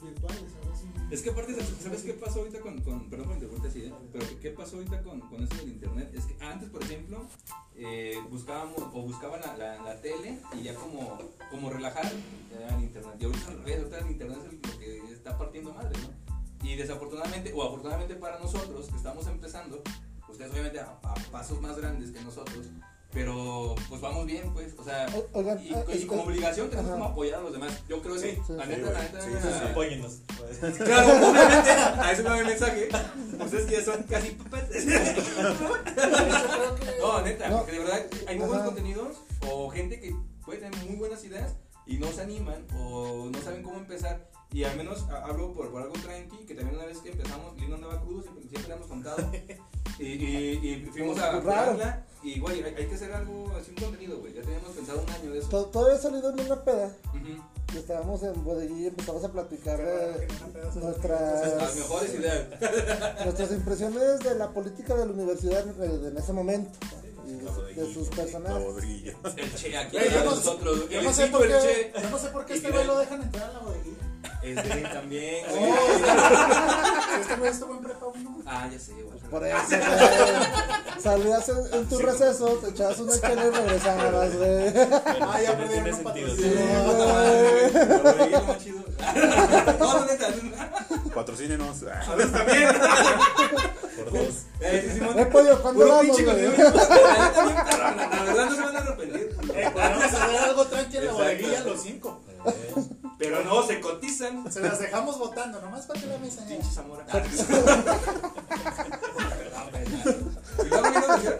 pues, virtuales. ahora sí. Es que aparte, ¿sabes- ¿sabes qué pasó ahorita con, con perdón por interrumpirte así, ¿eh? pero ¿qué- qué pasó ahorita con, con eso del internet? Es que antes, por ejemplo, eh, buscábamos o buscaban la, la, la tele y ya como, como relajar era el internet. Y ahorita al revés, ahorita el internet es el- lo que está partiendo madre, ¿no? Y desafortunadamente, o afortunadamente para nosotros que estamos empezando, ustedes obviamente a, a pasos más grandes que nosotros, pero pues vamos bien, pues, o sea, O- Oigan, y, eh, y como eh, obligación tenemos Ajá. como apoyar a los demás. Yo creo que sí, Sí, la sí, neta, güey. la neta. Sí, sí, sí. Apóyennos. Claro, obviamente, a eso me va el mensaje. Ustedes que ya son casi papás. No, neta, No. porque de verdad hay muy buenos Ajá. contenidos o gente que puede tener muy buenas ideas y no se animan o no saben cómo empezar. Y al menos a- hablo por, por algo tranqui, que también una vez que empezamos, Lino andaba crudo, siempre, siempre le hemos contado. Y, y, y fuimos a Raro. curarla y, güey, hay, hay que hacer algo así, un contenido, güey. Ya teníamos pensado un año de eso. to- Todavía he salido en una peda. Ujú. Y estábamos en bodeguilla y empezamos a platicar Qué de bueno que no me pedas. Las nuestras, mejores ideas. nuestras impresiones de la política de la universidad en, en eh, ese momento. y de, La pues, su- bodeguilla, de sus La personajes. bodrilla. El che aquí Güey, para yo no- nosotros. Yo el no, sé equipo por del qué, che. yo no sé por qué Y este que- güey lo dejan entrar a la bodeguilla. Es gay también, Oh, güey. este- este güey estuvo en prepa uno. Ah, ya sé, güey. Por eso, güey. Salías en, en tu receso, te echabas una chela y regresabas, güey. Ah, ya Tiene- perdieron tiene un patrocinio. sentido. sí. Ah, puta madre, güey. Lo veía lo más chido. No, no, neta. Patrocínenos. Ah, A ver, está bien. Por dos. Eh, sí, Simón. No he podido, ¿cuándo Puro vamos, pinche güey? contenido. La neta, bien perro, la- la verdad no se van a arrepentir. Eh, podemos hacer algo tranqui en la Exacto. bodeguilla los cinco. Pero no, se cotizan. Se las dejamos votando, nomás para que la mesa. Pinche Zamora. Ah, ¿Y luego vino a decir?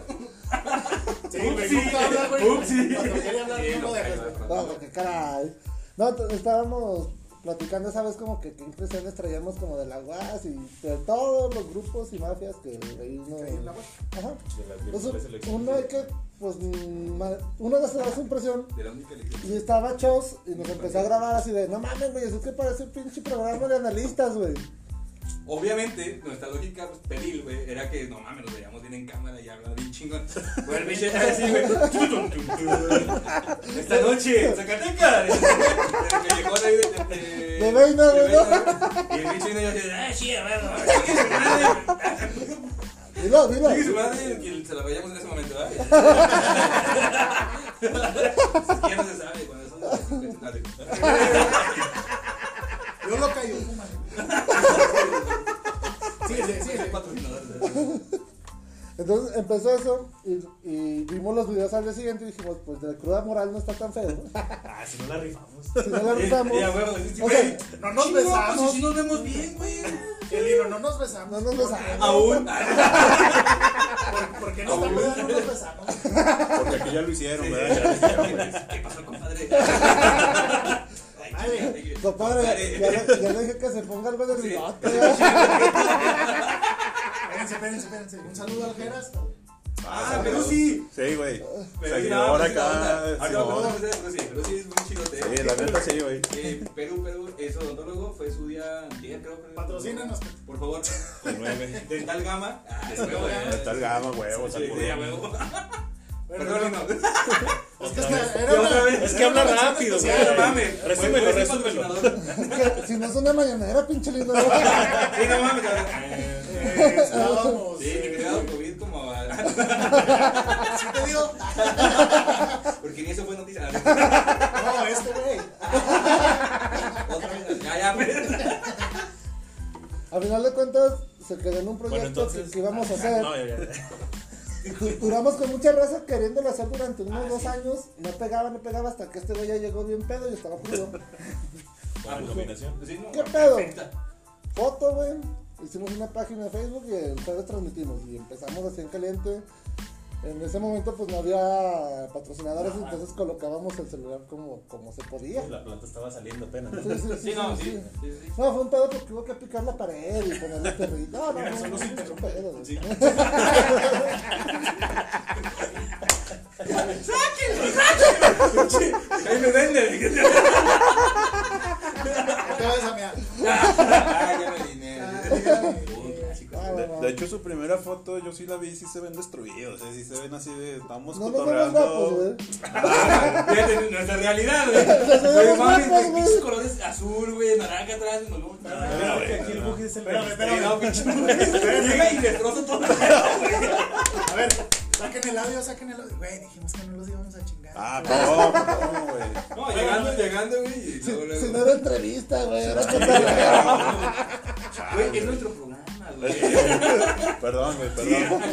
Sí, Upsi. güey, nunca habla, güey. Upsi. Cuando quiere hablar, Sí, no lo no, dejas, güey. no, No, no. porque caray. No, t- estábamos platicando esa vez como que qué impresiones traíamos como de la UAS y de todos los grupos y mafias que ahí no... Ahí en la web. Ajá. De las virtuales Entonces, elecciones. uno de que, pues, mm, ma- uno de se da su impresión De la única elección. y estaba Chos y nos empezó a grabar así de, no mames, güey, eso es que parece un pinche programa de analistas, güey. Obviamente, nuestra lógica pues, peril, güey, era que no mames, nos veíamos bien en cámara y hablaba bien chingón. Güey, el bicho está así, güey. tum, tum, tum, tum. Esta noche, en Zacatecas. Desde que llegó ahí de. De, De Reina, güey, ¿no? Reina, Y el bicho vino y yo decía, ah, sí, a ver, a ver, chingue su madre. Dilo, dilo. Chingue su madre, que se la veíamos en ese momento, ¿verdad? Ya no se sabe cuando eso. Dale. Yo lo callo, fuma. Sí, sí, sí. Hay patrocinadores, ¿verdad? Entonces empezó eso y, y vimos los videos al día siguiente y dijimos, pues de cruda moral no está tan feo. Ah, si no la rifamos. Si no la usamos, Ya, huevo, sí, sí, O güey. sea, no nos Chingo, besamos. pues, Si nos vemos bien, güey. El libro, no nos besamos. no nos besamos. Aún. ¿Por, por qué no está peda? No nos besamos. Porque aquí ya lo hicieron, ¿verdad? ¿Qué pasó, compadre? Ay, Compadre, ya, ya le- ya le dije que se ponga algo de Sí. bigote. Espérense, espérense, espérense. Un saludo al Geras. Ah, pero sí. Sí, güey. Pero Seguidor sí, no, sí, la onda. acá. Ah, no, Simón. perdón, pero sí, pero sí es muy chidote. Sí, la neta sí, güey. Eh, Perú, Perú, es odontólogo, fue su día antier, creo. creo. Patrocínanos. Por favor. El 9. Dental Gama. Ah, es huevo, eh. Está el gama, huevo. Sí, sí, a huevo. Bueno, Perdón, no. no. Es que, esta- Yo era otra una, vez. era una mención Sí, especial. no mames. pues, Resúmelo, Fue- fue ese resúmelo. patrocinador. Que si no es una mañanera, pinche lindo. Sí, no mames, cabrón. Eh, estábamos, Sí, me eh, quedaba COVID como a ¿sí te digo? Porque ni eso fue noticia. Otra No, este güey. vez, Ya, ya, pero. Al final de cuentas, se quedó en un proyecto Bueno, entonces. ah, que, que íbamos a hacer. No, ya, ya. Y Duramos con mucha raza queriéndolo hacer durante unos dos años. No pegaba, no pegaba hasta que este güey ya llegó bien pedo y estaba crudo. Buena combinación. Sí, no, ¿Qué pedo? perfecta. Foto, güey. Hicimos una página de Facebook y el jueves transmitimos. Y empezamos así en caliente. En ese momento, pues no había patrocinadores, Ajá. entonces colocábamos el celular como, como se podía. La planta estaba saliendo apenas. Sí, sí, Sí, no, sí. sí, sí. No, fue un pedo porque hubo que picar la pared y ponerle perrito. No, no, no, no, no, no, pedo, güey. Ahí me venden. Te vas a mear. Ah, ya me alineé. Puta, chicos. Ah, De, bueno. de hecho, su primera foto, yo sí la vi, sí se ven destruidos, o sea, sí se ven así de, estamos No nos vemos guapos, cotorreando. güey. Fíjate, Nuestra realidad, güey. No vemos mames, guapos, güey, güey. pinches colores azul, güey, naranja atrás. No, no, Pero no. es que aquí el buggy es el Espérame, registro. espérame. no, pinche. Llega y destroza todo. A ver, saquen el audio, saquen el audio. Güey, dijimos que no los íbamos a chingar. Ah, no, no, güey. No, llegando, llegando, güey. y luego, Si luego. no era entrevista, güey, era cotorreo. Güey, es nuestro programa, güey. Perdón, güey, perdón.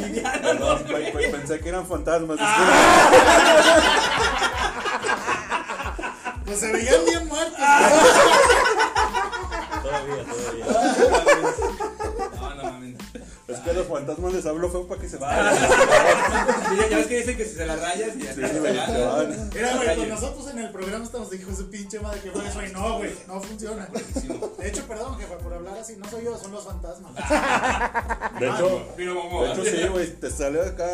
Perdón, pe- pe- pensé que eran fantasmas. Pues se veían bien muertos. güey. Todavía, todavía. No, no mames. disculpen. Es que a los fantasmas les hablo feo para que se vayan. Sí, ya- ya ves que dicen que si se la rayas, ya. Sí, güey, se van. Era, güey, con nosotros en el programa estamos de hijos de pinche madre que fue eso. pues. Y no, güey, no funciona. De hecho, perdón, jefa, por hablar así. No soy yo, son los fantasmas. Ah, De hecho, Pero, mamá, de hecho sí, güey, te sale acá,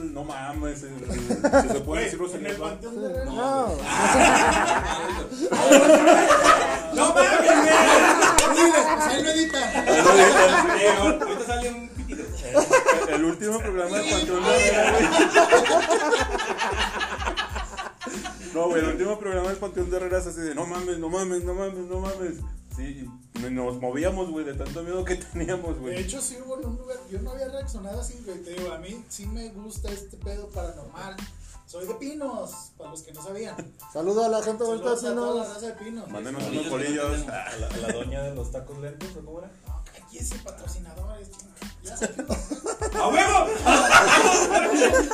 no mames. el- Si se puede Güey, decirlo sin en el eso. panteón de Reina. No, No mames, Pues ahí lo edita. güey. Ahorita sale un pitido. El último programa de Panteón Rivera, güey. No, güey, el último programa del Panteón de Herrera es así de no mames, no mames, no mames, no mames. Sí, y nos movíamos, güey, de tanto miedo que teníamos, De güey. hecho, sí hubo en un lugar, yo no había reaccionado así, güey. Te digo, a mí sí me gusta este pedo paranormal. Soy de pinos, para los que no sabían. Saludos a la gente bonita de Saludos a toda la Pinos. raza de pinos. Mándenos unos colillos. Ah, A la, a la doña de los tacos lentos, ¿o cómo era? Aquí ese patrocinador es chingada. Ya sé que- ¡A huevo!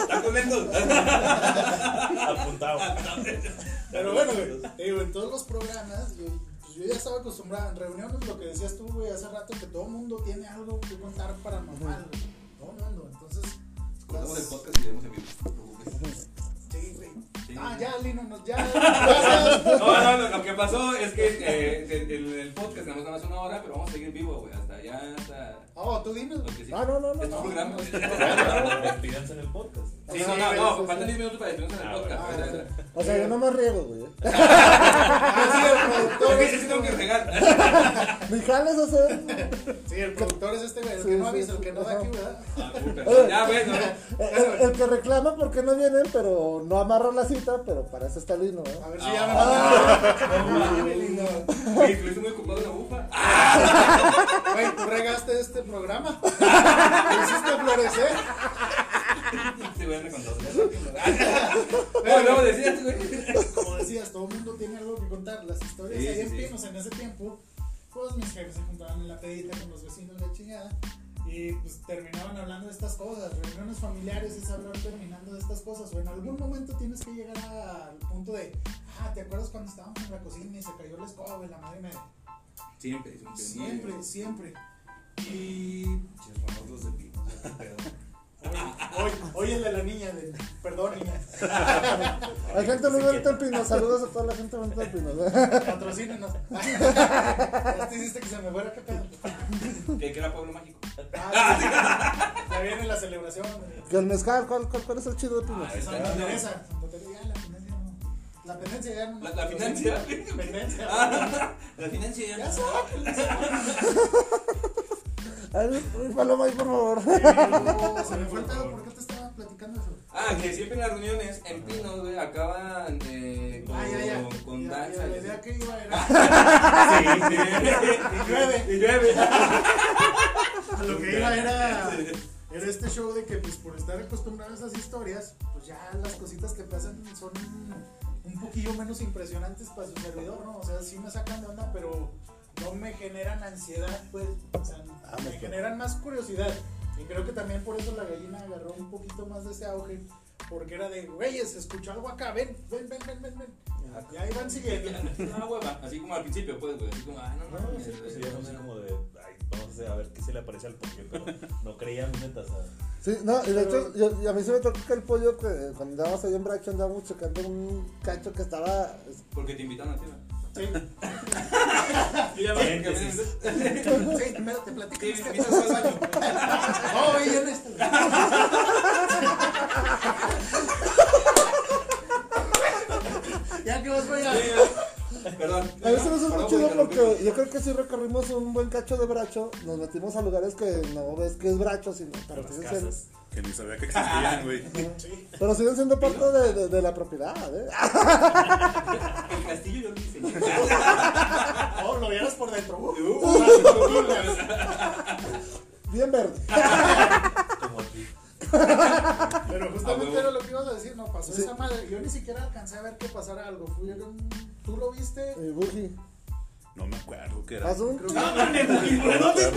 ¡Tacos lentos! Apuntado. Pero bueno, güey, te digo, en todos los programas, yo, pues, yo ya estaba acostumbrado en reuniones, lo que decías tú, güey, hace rato, que todo mundo tiene algo que contar paranormal, güey. Todo mundo, entonces. Cortamos el las- podcast y iremos en vivo. No te preocupes. Sí, güey. Sí. Ah, ya, Lino, nos- ya. gracias. No, no, lo, lo que pasó es que eh, el, el- el podcast tenemos nada más una hora, pero vamos a seguir vivo, güey, hasta allá, hasta... Oh, tú dinos, lo güey. que sí. Ah, no, no, no. Es tu no. programa. Despidanza en el podcast. Sí, no, no, Sí, sí, no, faltan 10 minutos para despedirnos en el Ah, podcast. bueno. espera, espera. O sea, yo no me riego, güey. Ah, sí, Es el que sí, sí productor tengo que es- regar. Mi jale es hacer. Sí, el productor es este, güey, el Sí, que no sí, avisa, el sí, que no da ajá. aquí, ¿verdad? Ah, Ya, bueno. El, el que reclama porque no vienen, pero no amarra la cita, pero para eso está Lino, ¿eh? A ver si ya me Ah. Sí, lo hice muy ocupado en la bufa. Ah, Güey, tú regaste este programa. Lo hiciste florecer. Sí, voy a reconocer. Pero luego decías, güey. como decías, todo el mundo tiene algo que contar. Las historias Sí, ahí sí, en sí. Pinos en ese tiempo, pues mis jefes se juntaban en la pedita con los vecinos de chingada y pues terminaban hablando de estas cosas. Reuniones familiares es hablar terminando de estas cosas. O en algún momento tienes que llegar al punto de, ah, ¿te acuerdas cuando estábamos en la cocina y se cayó la escoba y la madre me. Siempre, siempre. Siempre, siempre. Y Pinches famosos de ti. qué pedo. hoy, hoy el de la niña, de, perdón, niña, Hay gente muy bonita en Pinos. Saludos a toda la gente bonita en Pinos. patrocínenos. Ya te hiciste que se me fuera acá, Que que era Pueblo Mágico. Ah, sí. Ya viene la celebración. Que el mezcal, ¿cuál, cuál, cuál es el chido de Pinos? Ah, está Santa chido. Teresa. Santa Teresa, ya la pendencia no. La pendencia ya no. La- la financia. Pendencia. Ah, La financia Ya ya. A ver, un paloma ahí, por favor. sabes. Se me fue el pedo, ¿por qué te estaba platicando eso? Ah, que siempre en las reuniones en Pinos, güey, acaban eh, con, Ah, ya, ya. con Ya, danza. ya, La güey. idea que iba era. Sí, sí. Y llueve. Y llueve. Ah, a Lo que iba era. Era este show de que, pues, por estar acostumbrado a esas historias, pues ya las cositas que pasan son un poquillo menos impresionantes para su servidor, ¿no? O sea, sí me sacan de onda, pero no me generan ansiedad, pues. O sea, me está. generan más curiosidad. Y creo que también por eso la gallina agarró un poquito más de ese auge, porque era de, güeyes, se escuchó algo acá, ven, ven, ven, ven, ven. ven. Y ahí van siguiendo. Una Ah, hueva, así como al principio, pues, güey. Así como, ah, no, no, no. Sí, pues, sí, yo no sé como de, ay, vamos a, hacer- a ver qué se le aparece al pollo, pero no creíamos neta, o sea, Sí, no, y de hecho, yo- y a mí se me tocó que el pollo, que cuando andábamos ahí en Bracho, andábamos checando un cacho que estaba. Porque te invitaron a ti, Sí, ¿no? Paréntesis. sí, espérate, Sí, me platícanos qué invitaron al baño. No, güey, en esto. ya que vas para allá. Pues Perdón. A veces nos es muy Perdón, chido güey, porque interrumpí. yo creo que sí recorrimos un buen cacho de Bracho, nos metimos a lugares que no ves que es Bracho, sino pero pues, las siguen siendo, casas. Que ni sabía que existían, güey. pero siguen siendo parte de, de- de la propiedad, ¿eh? El castillo yo lo diseñé. Oh, lo vieras por dentro. Uh, Bien verde. como aquí. Pero Ah, justamente huevo. era lo que ibas a decir, no pasó Sí. esa madre. Yo ni siquiera alcancé a ver que pasara algo. Fui yo con- ¿Tú lo viste? Eh, Buji, No me acuerdo qué era. pasó, un- No mames, güey, ¿por dónde?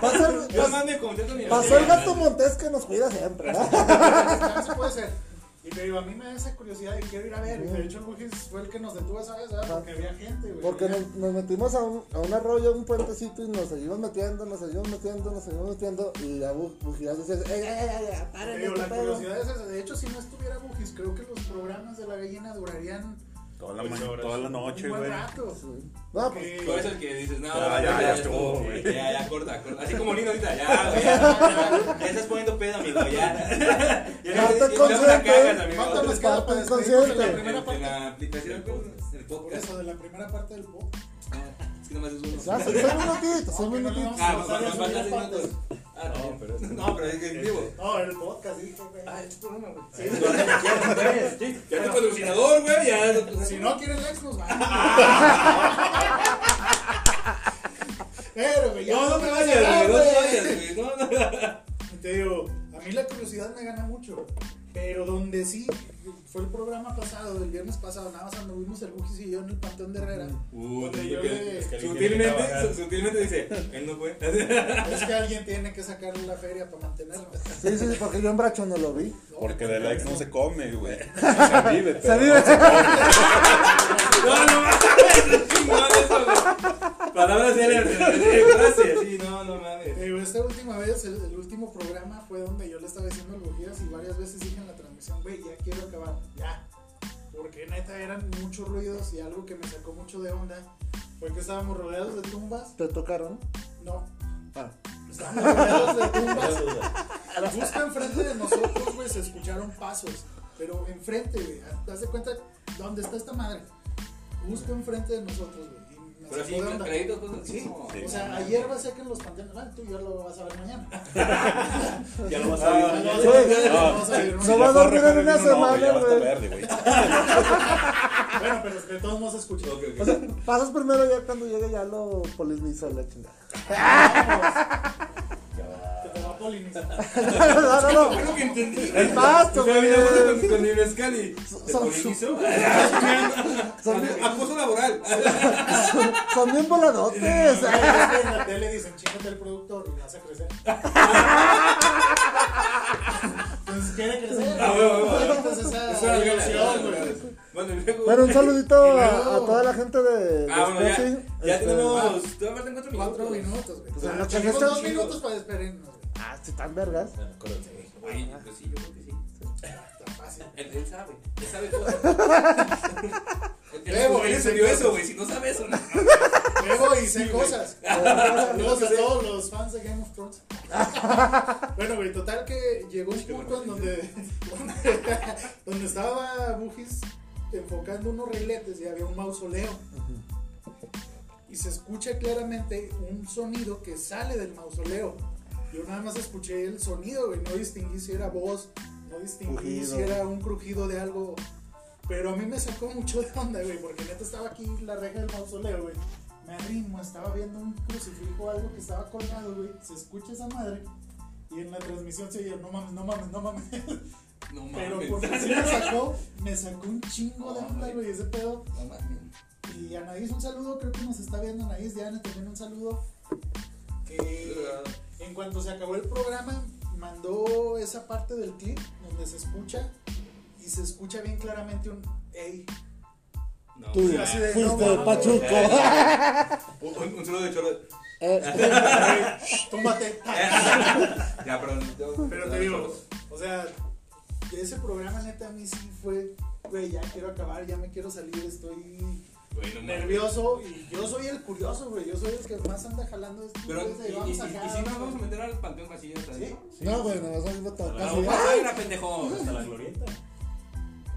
pasó el- Yo mames, como te digo, pasó el gato Montes que nos cuida siempre, ¿eh? ¿verdad? Eso puede ser. Y te digo, a mí me da esa curiosidad y quiero ir a ver. Y de hecho, el Bugis fue el que nos detuvo esa vez, ¿verdad? Porque había gente, güey. Porque nos, nos metimos a un, a un arroyo, a un puentecito y nos seguimos metiendo, nos seguimos metiendo, nos seguimos metiendo y ya Bu- Buji ya decía, ¡Ey, ey, ey, ey! Te ¡Paren digo, este la pedo! curiosidad es esa. De hecho, si no estuviera Bugis, creo que los programas de la gallina durarían Toda la, Ocho mañana, horas. toda la noche, un buen güey. rato. Sí. No, pues, Porque- Tú eres el que dices, no, Ya, güey, ya, ya estuvo, estuvo, güey. güey. Ya, ya, corta, corta. Así como Lino ahorita, ya, güey. Ya, ya estás poniendo pedo, amigo, ya. Ya, Ya te ya te consiente. cagas, amigo. ¿Cuánto nos queda para Parte despedirnos de la inconsciente. primera En parte? la aplicación del Por podcast. eso, de la primera parte del pop. No, Es que nomás es uno. pues, ya, son minutitos, son Aunque no le vamos minutitos. Ah, a pues, pasar nos las faltan primeras seis partes. minutos. Ah, Este, No, pero es que No, pero es que en vivo. No, el podcast, dije, güey. Ay, Sí. Ya tu patrocinador, güey, ya. Si no quieren likes, nos van. Pero, güey, ya No, no te me vayas, vas a güey, no te hablar, vayas, güey. güey. No, no. Te digo, a mí la curiosidad me gana mucho. Pero donde sí, fue el programa pasado, el viernes pasado, nada más anduvimos el Bujis y yo en el Panteón de Herrera. Uh, Donde yo le- que alguien tiene que Sutilmente, trabajar. su- sutilmente dice, él no fue. Es que alguien tiene que sacarle la feria para mantenerlo. Sí, sí, porque yo en Bracho no lo vi. Porque de likes no se come, güey. Se vive, pero Se vive. No, "Ah, no mames, chingón eso, güey. Palabras de gracias. Sí, no, no Te mames. digo, esta última vez, el, el último programa fue donde yo le estaba diciendo al Bujías y varias veces dije en la transmisión, güey, ya quiero acabar, ya. Porque neta eran muchos ruidos y algo que me sacó mucho de onda fue que estábamos rodeados de tumbas. ¿Te tocaron? No, Ah. estábamos rodeados de tumbas. Justo enfrente de nosotros, güey, se escucharon pasos. Pero enfrente, güey, haz de cuenta dónde está esta madre. Justo enfrente de nosotros, güey. y me Pero sacó sí, de onda. créditos, cosas así. Sí, o sea, ayer va a ser que en los pantanos, ah, tú ya lo vas a ver mañana. Ya lo vas a Ah, vivir. ya lo vas a vivir, No, lo vas a si- vivir. si No ya va a fue dormir en recorrer una uno, no, güey, ya semana, va a güey. estar verde, güey. Bueno, pero de todos modos escuché. Ok, ok. O sea, pasas primero ya cuando llegue ya lo polinizó la chingada. Que te va a polinizar. No, no, no. Creo que entendí. El pasto, Me güey. vino bueno con, con el mezcal y se son- polinizó. son- Acoso laboral. Son bien voladotes. En la tele dicen, chingate el productor y vas a crecer. Entonces quiere crecer. Ah, güey, güey, güey. Entonces esa Es una ilusión, güey. relación, Bueno, y luego- Bueno, un saludito Y a, luego- a toda la gente de, de Ah, bueno, ya, Sporting. ya Este, tenemos. Todavía faltan Cuatro cuatro minutos. minutos, güey. O Pues sea, en lo que tenemos resta- dos minutos para despedirnos, güey. Ah, si están vergas. No, acuérdate. Oye, pues sí, yo creo que sí. Está fácil. Él, él sabe, él sabe todo. Él- él Bebo, Eh, él ese estudió caso. eso, güey. Si no sabe eso, no. Luego hice cosas. Saludos a todos los fans de Game of Thrones. bueno, güey, total que llegó un punto en donde, donde, donde estaba Bugis enfocando unos reiletes y había un mausoleo. Y se escucha claramente un sonido que sale del mausoleo. Yo nada más escuché el sonido, güey. No distinguí si era voz, no distinguí Crujido. si era un crujido de algo. Pero a mí me sacó mucho de onda, güey, porque neta estaba aquí en la reja del mausoleo, güey. Me arrimo, estaba viendo un crucifijo, algo que estaba colgado, güey. Se escucha esa madre. Y en la transmisión se oye, no mames, no mames, no mames. No Pero mames. por sí me sacó, me sacó un chingo de onda, Ay. güey, ese pedo. No mames. Y Anaís, un saludo, creo que nos está viendo Anaís, Diana también un saludo. Que en cuanto se acabó el programa, mandó esa parte del clip donde se escucha y se escucha bien claramente un hey. No, Tú, o sea, así de, no, fuiste mames. Pachuco. un, un- un solo de chorro. Eh, Tómate. ya, perdón. yo- Pero te digo, o sea, de ese programa neta a mí sí fue, güey, ya quiero acabar, ya me quiero salir, estoy Güey, no mames. nervioso y yo soy el curioso, güey, yo soy el que más anda jalando esto. Pero, desde y, y- y- y vamos acá, si nos vamos a güey. meter al panteón Casilla hasta ¿Sí? No, güey, no, eso mismo tan No, casi. Ah, vamos a ir a pendejo. Hasta la glorieta.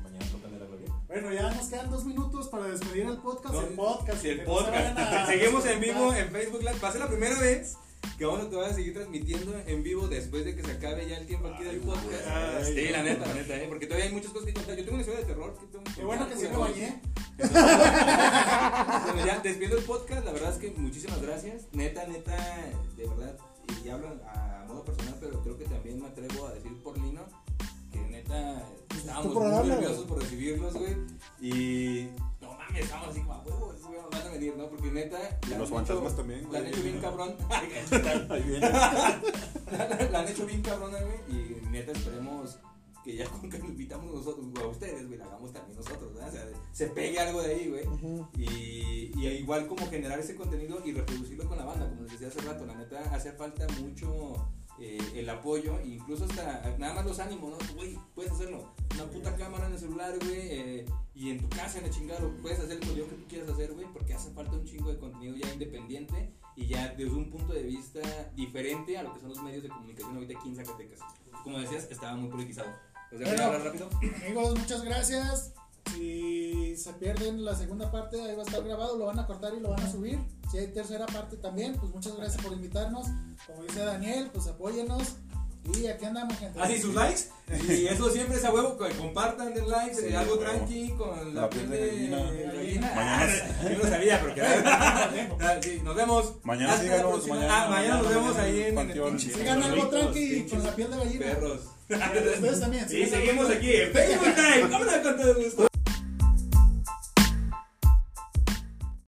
Mañana tocan de la glorieta. Bueno, ya nos quedan dos minutos para despedir el podcast. No, el podcast. Sí, el que no se vayan podcast. a- Seguimos en vivo en Facebook Live. Va a ser la primera vez que vamos a, te voy a seguir transmitiendo en vivo después de que se acabe ya el tiempo aquí del podcast. Ay, sí, güey. la neta, la neta, ¿eh? Porque todavía hay muchas cosas que contar. Yo tengo una historia de terror que tengo Qué bueno que sí me contar. bañé. Bueno, ya despido el podcast. La verdad es que muchísimas gracias. Neta, neta, de verdad. Y hablo a modo personal, pero creo que también me atrevo a decir por Lino que neta estábamos programa, muy güey. nerviosos por recibirlos, güey. Y no mames, estamos así como a huevo, esos güeyes van a venir, ¿no? Porque neta. la Y han los hecho- fantasmas también, La han güey. hecho bien cabrón. Ahí viene. la, la han hecho bien cabrona, güey. Y neta, esperemos que ya con que lo invitamos nosotros, güey, a ustedes, güey, la hagamos también nosotros, ¿verdad? O sea, se pegue algo de ahí, güey. Ujú. Y, y igual como generar ese contenido y reproducirlo con la banda, como les decía hace rato, la neta hace falta mucho eh, el apoyo, incluso hasta nada más los ánimos, ¿no? Güey, puedes hacerlo, una puta cámara en el celular, güey, eh, y en tu casa, en el chingado, puedes hacer el contenido que tú quieras hacer, güey, porque hace falta un chingo de contenido ya independiente y ya desde un punto de vista diferente a lo que son los medios de comunicación ahorita aquí en Zacatecas. Como decías, estaba muy politizado. ¿Los dejo Bueno. hablar rápido? Amigos, muchas gracias. Si se pierden la segunda parte, ahí va a estar grabado, lo van a cortar y lo van a subir. Si hay tercera parte también, pues muchas gracias por invitarnos. Como dice Daniel, pues apóyenos. Y aquí andamos, gente. Así Ah, sus likes. Y eso siempre es a huevo. que Compartan el like, Sí, eh, algo a huevo. tranqui con la, La piel piel de de gallina. gallina. Ah, Yo no sabía, porque. Ah, sí, nos vemos. Mañana Hasta la síganos, próxima. mañana- ah, mañana nos vemos mañana ahí en, el Panteón. pinche- Sigan algo Ricos, tranqui pinches con la piel de gallina. Perros. Ustedes también. Sí, sigan algo seguimos aquí. en Facebook Live. Vámonos con todo gusto.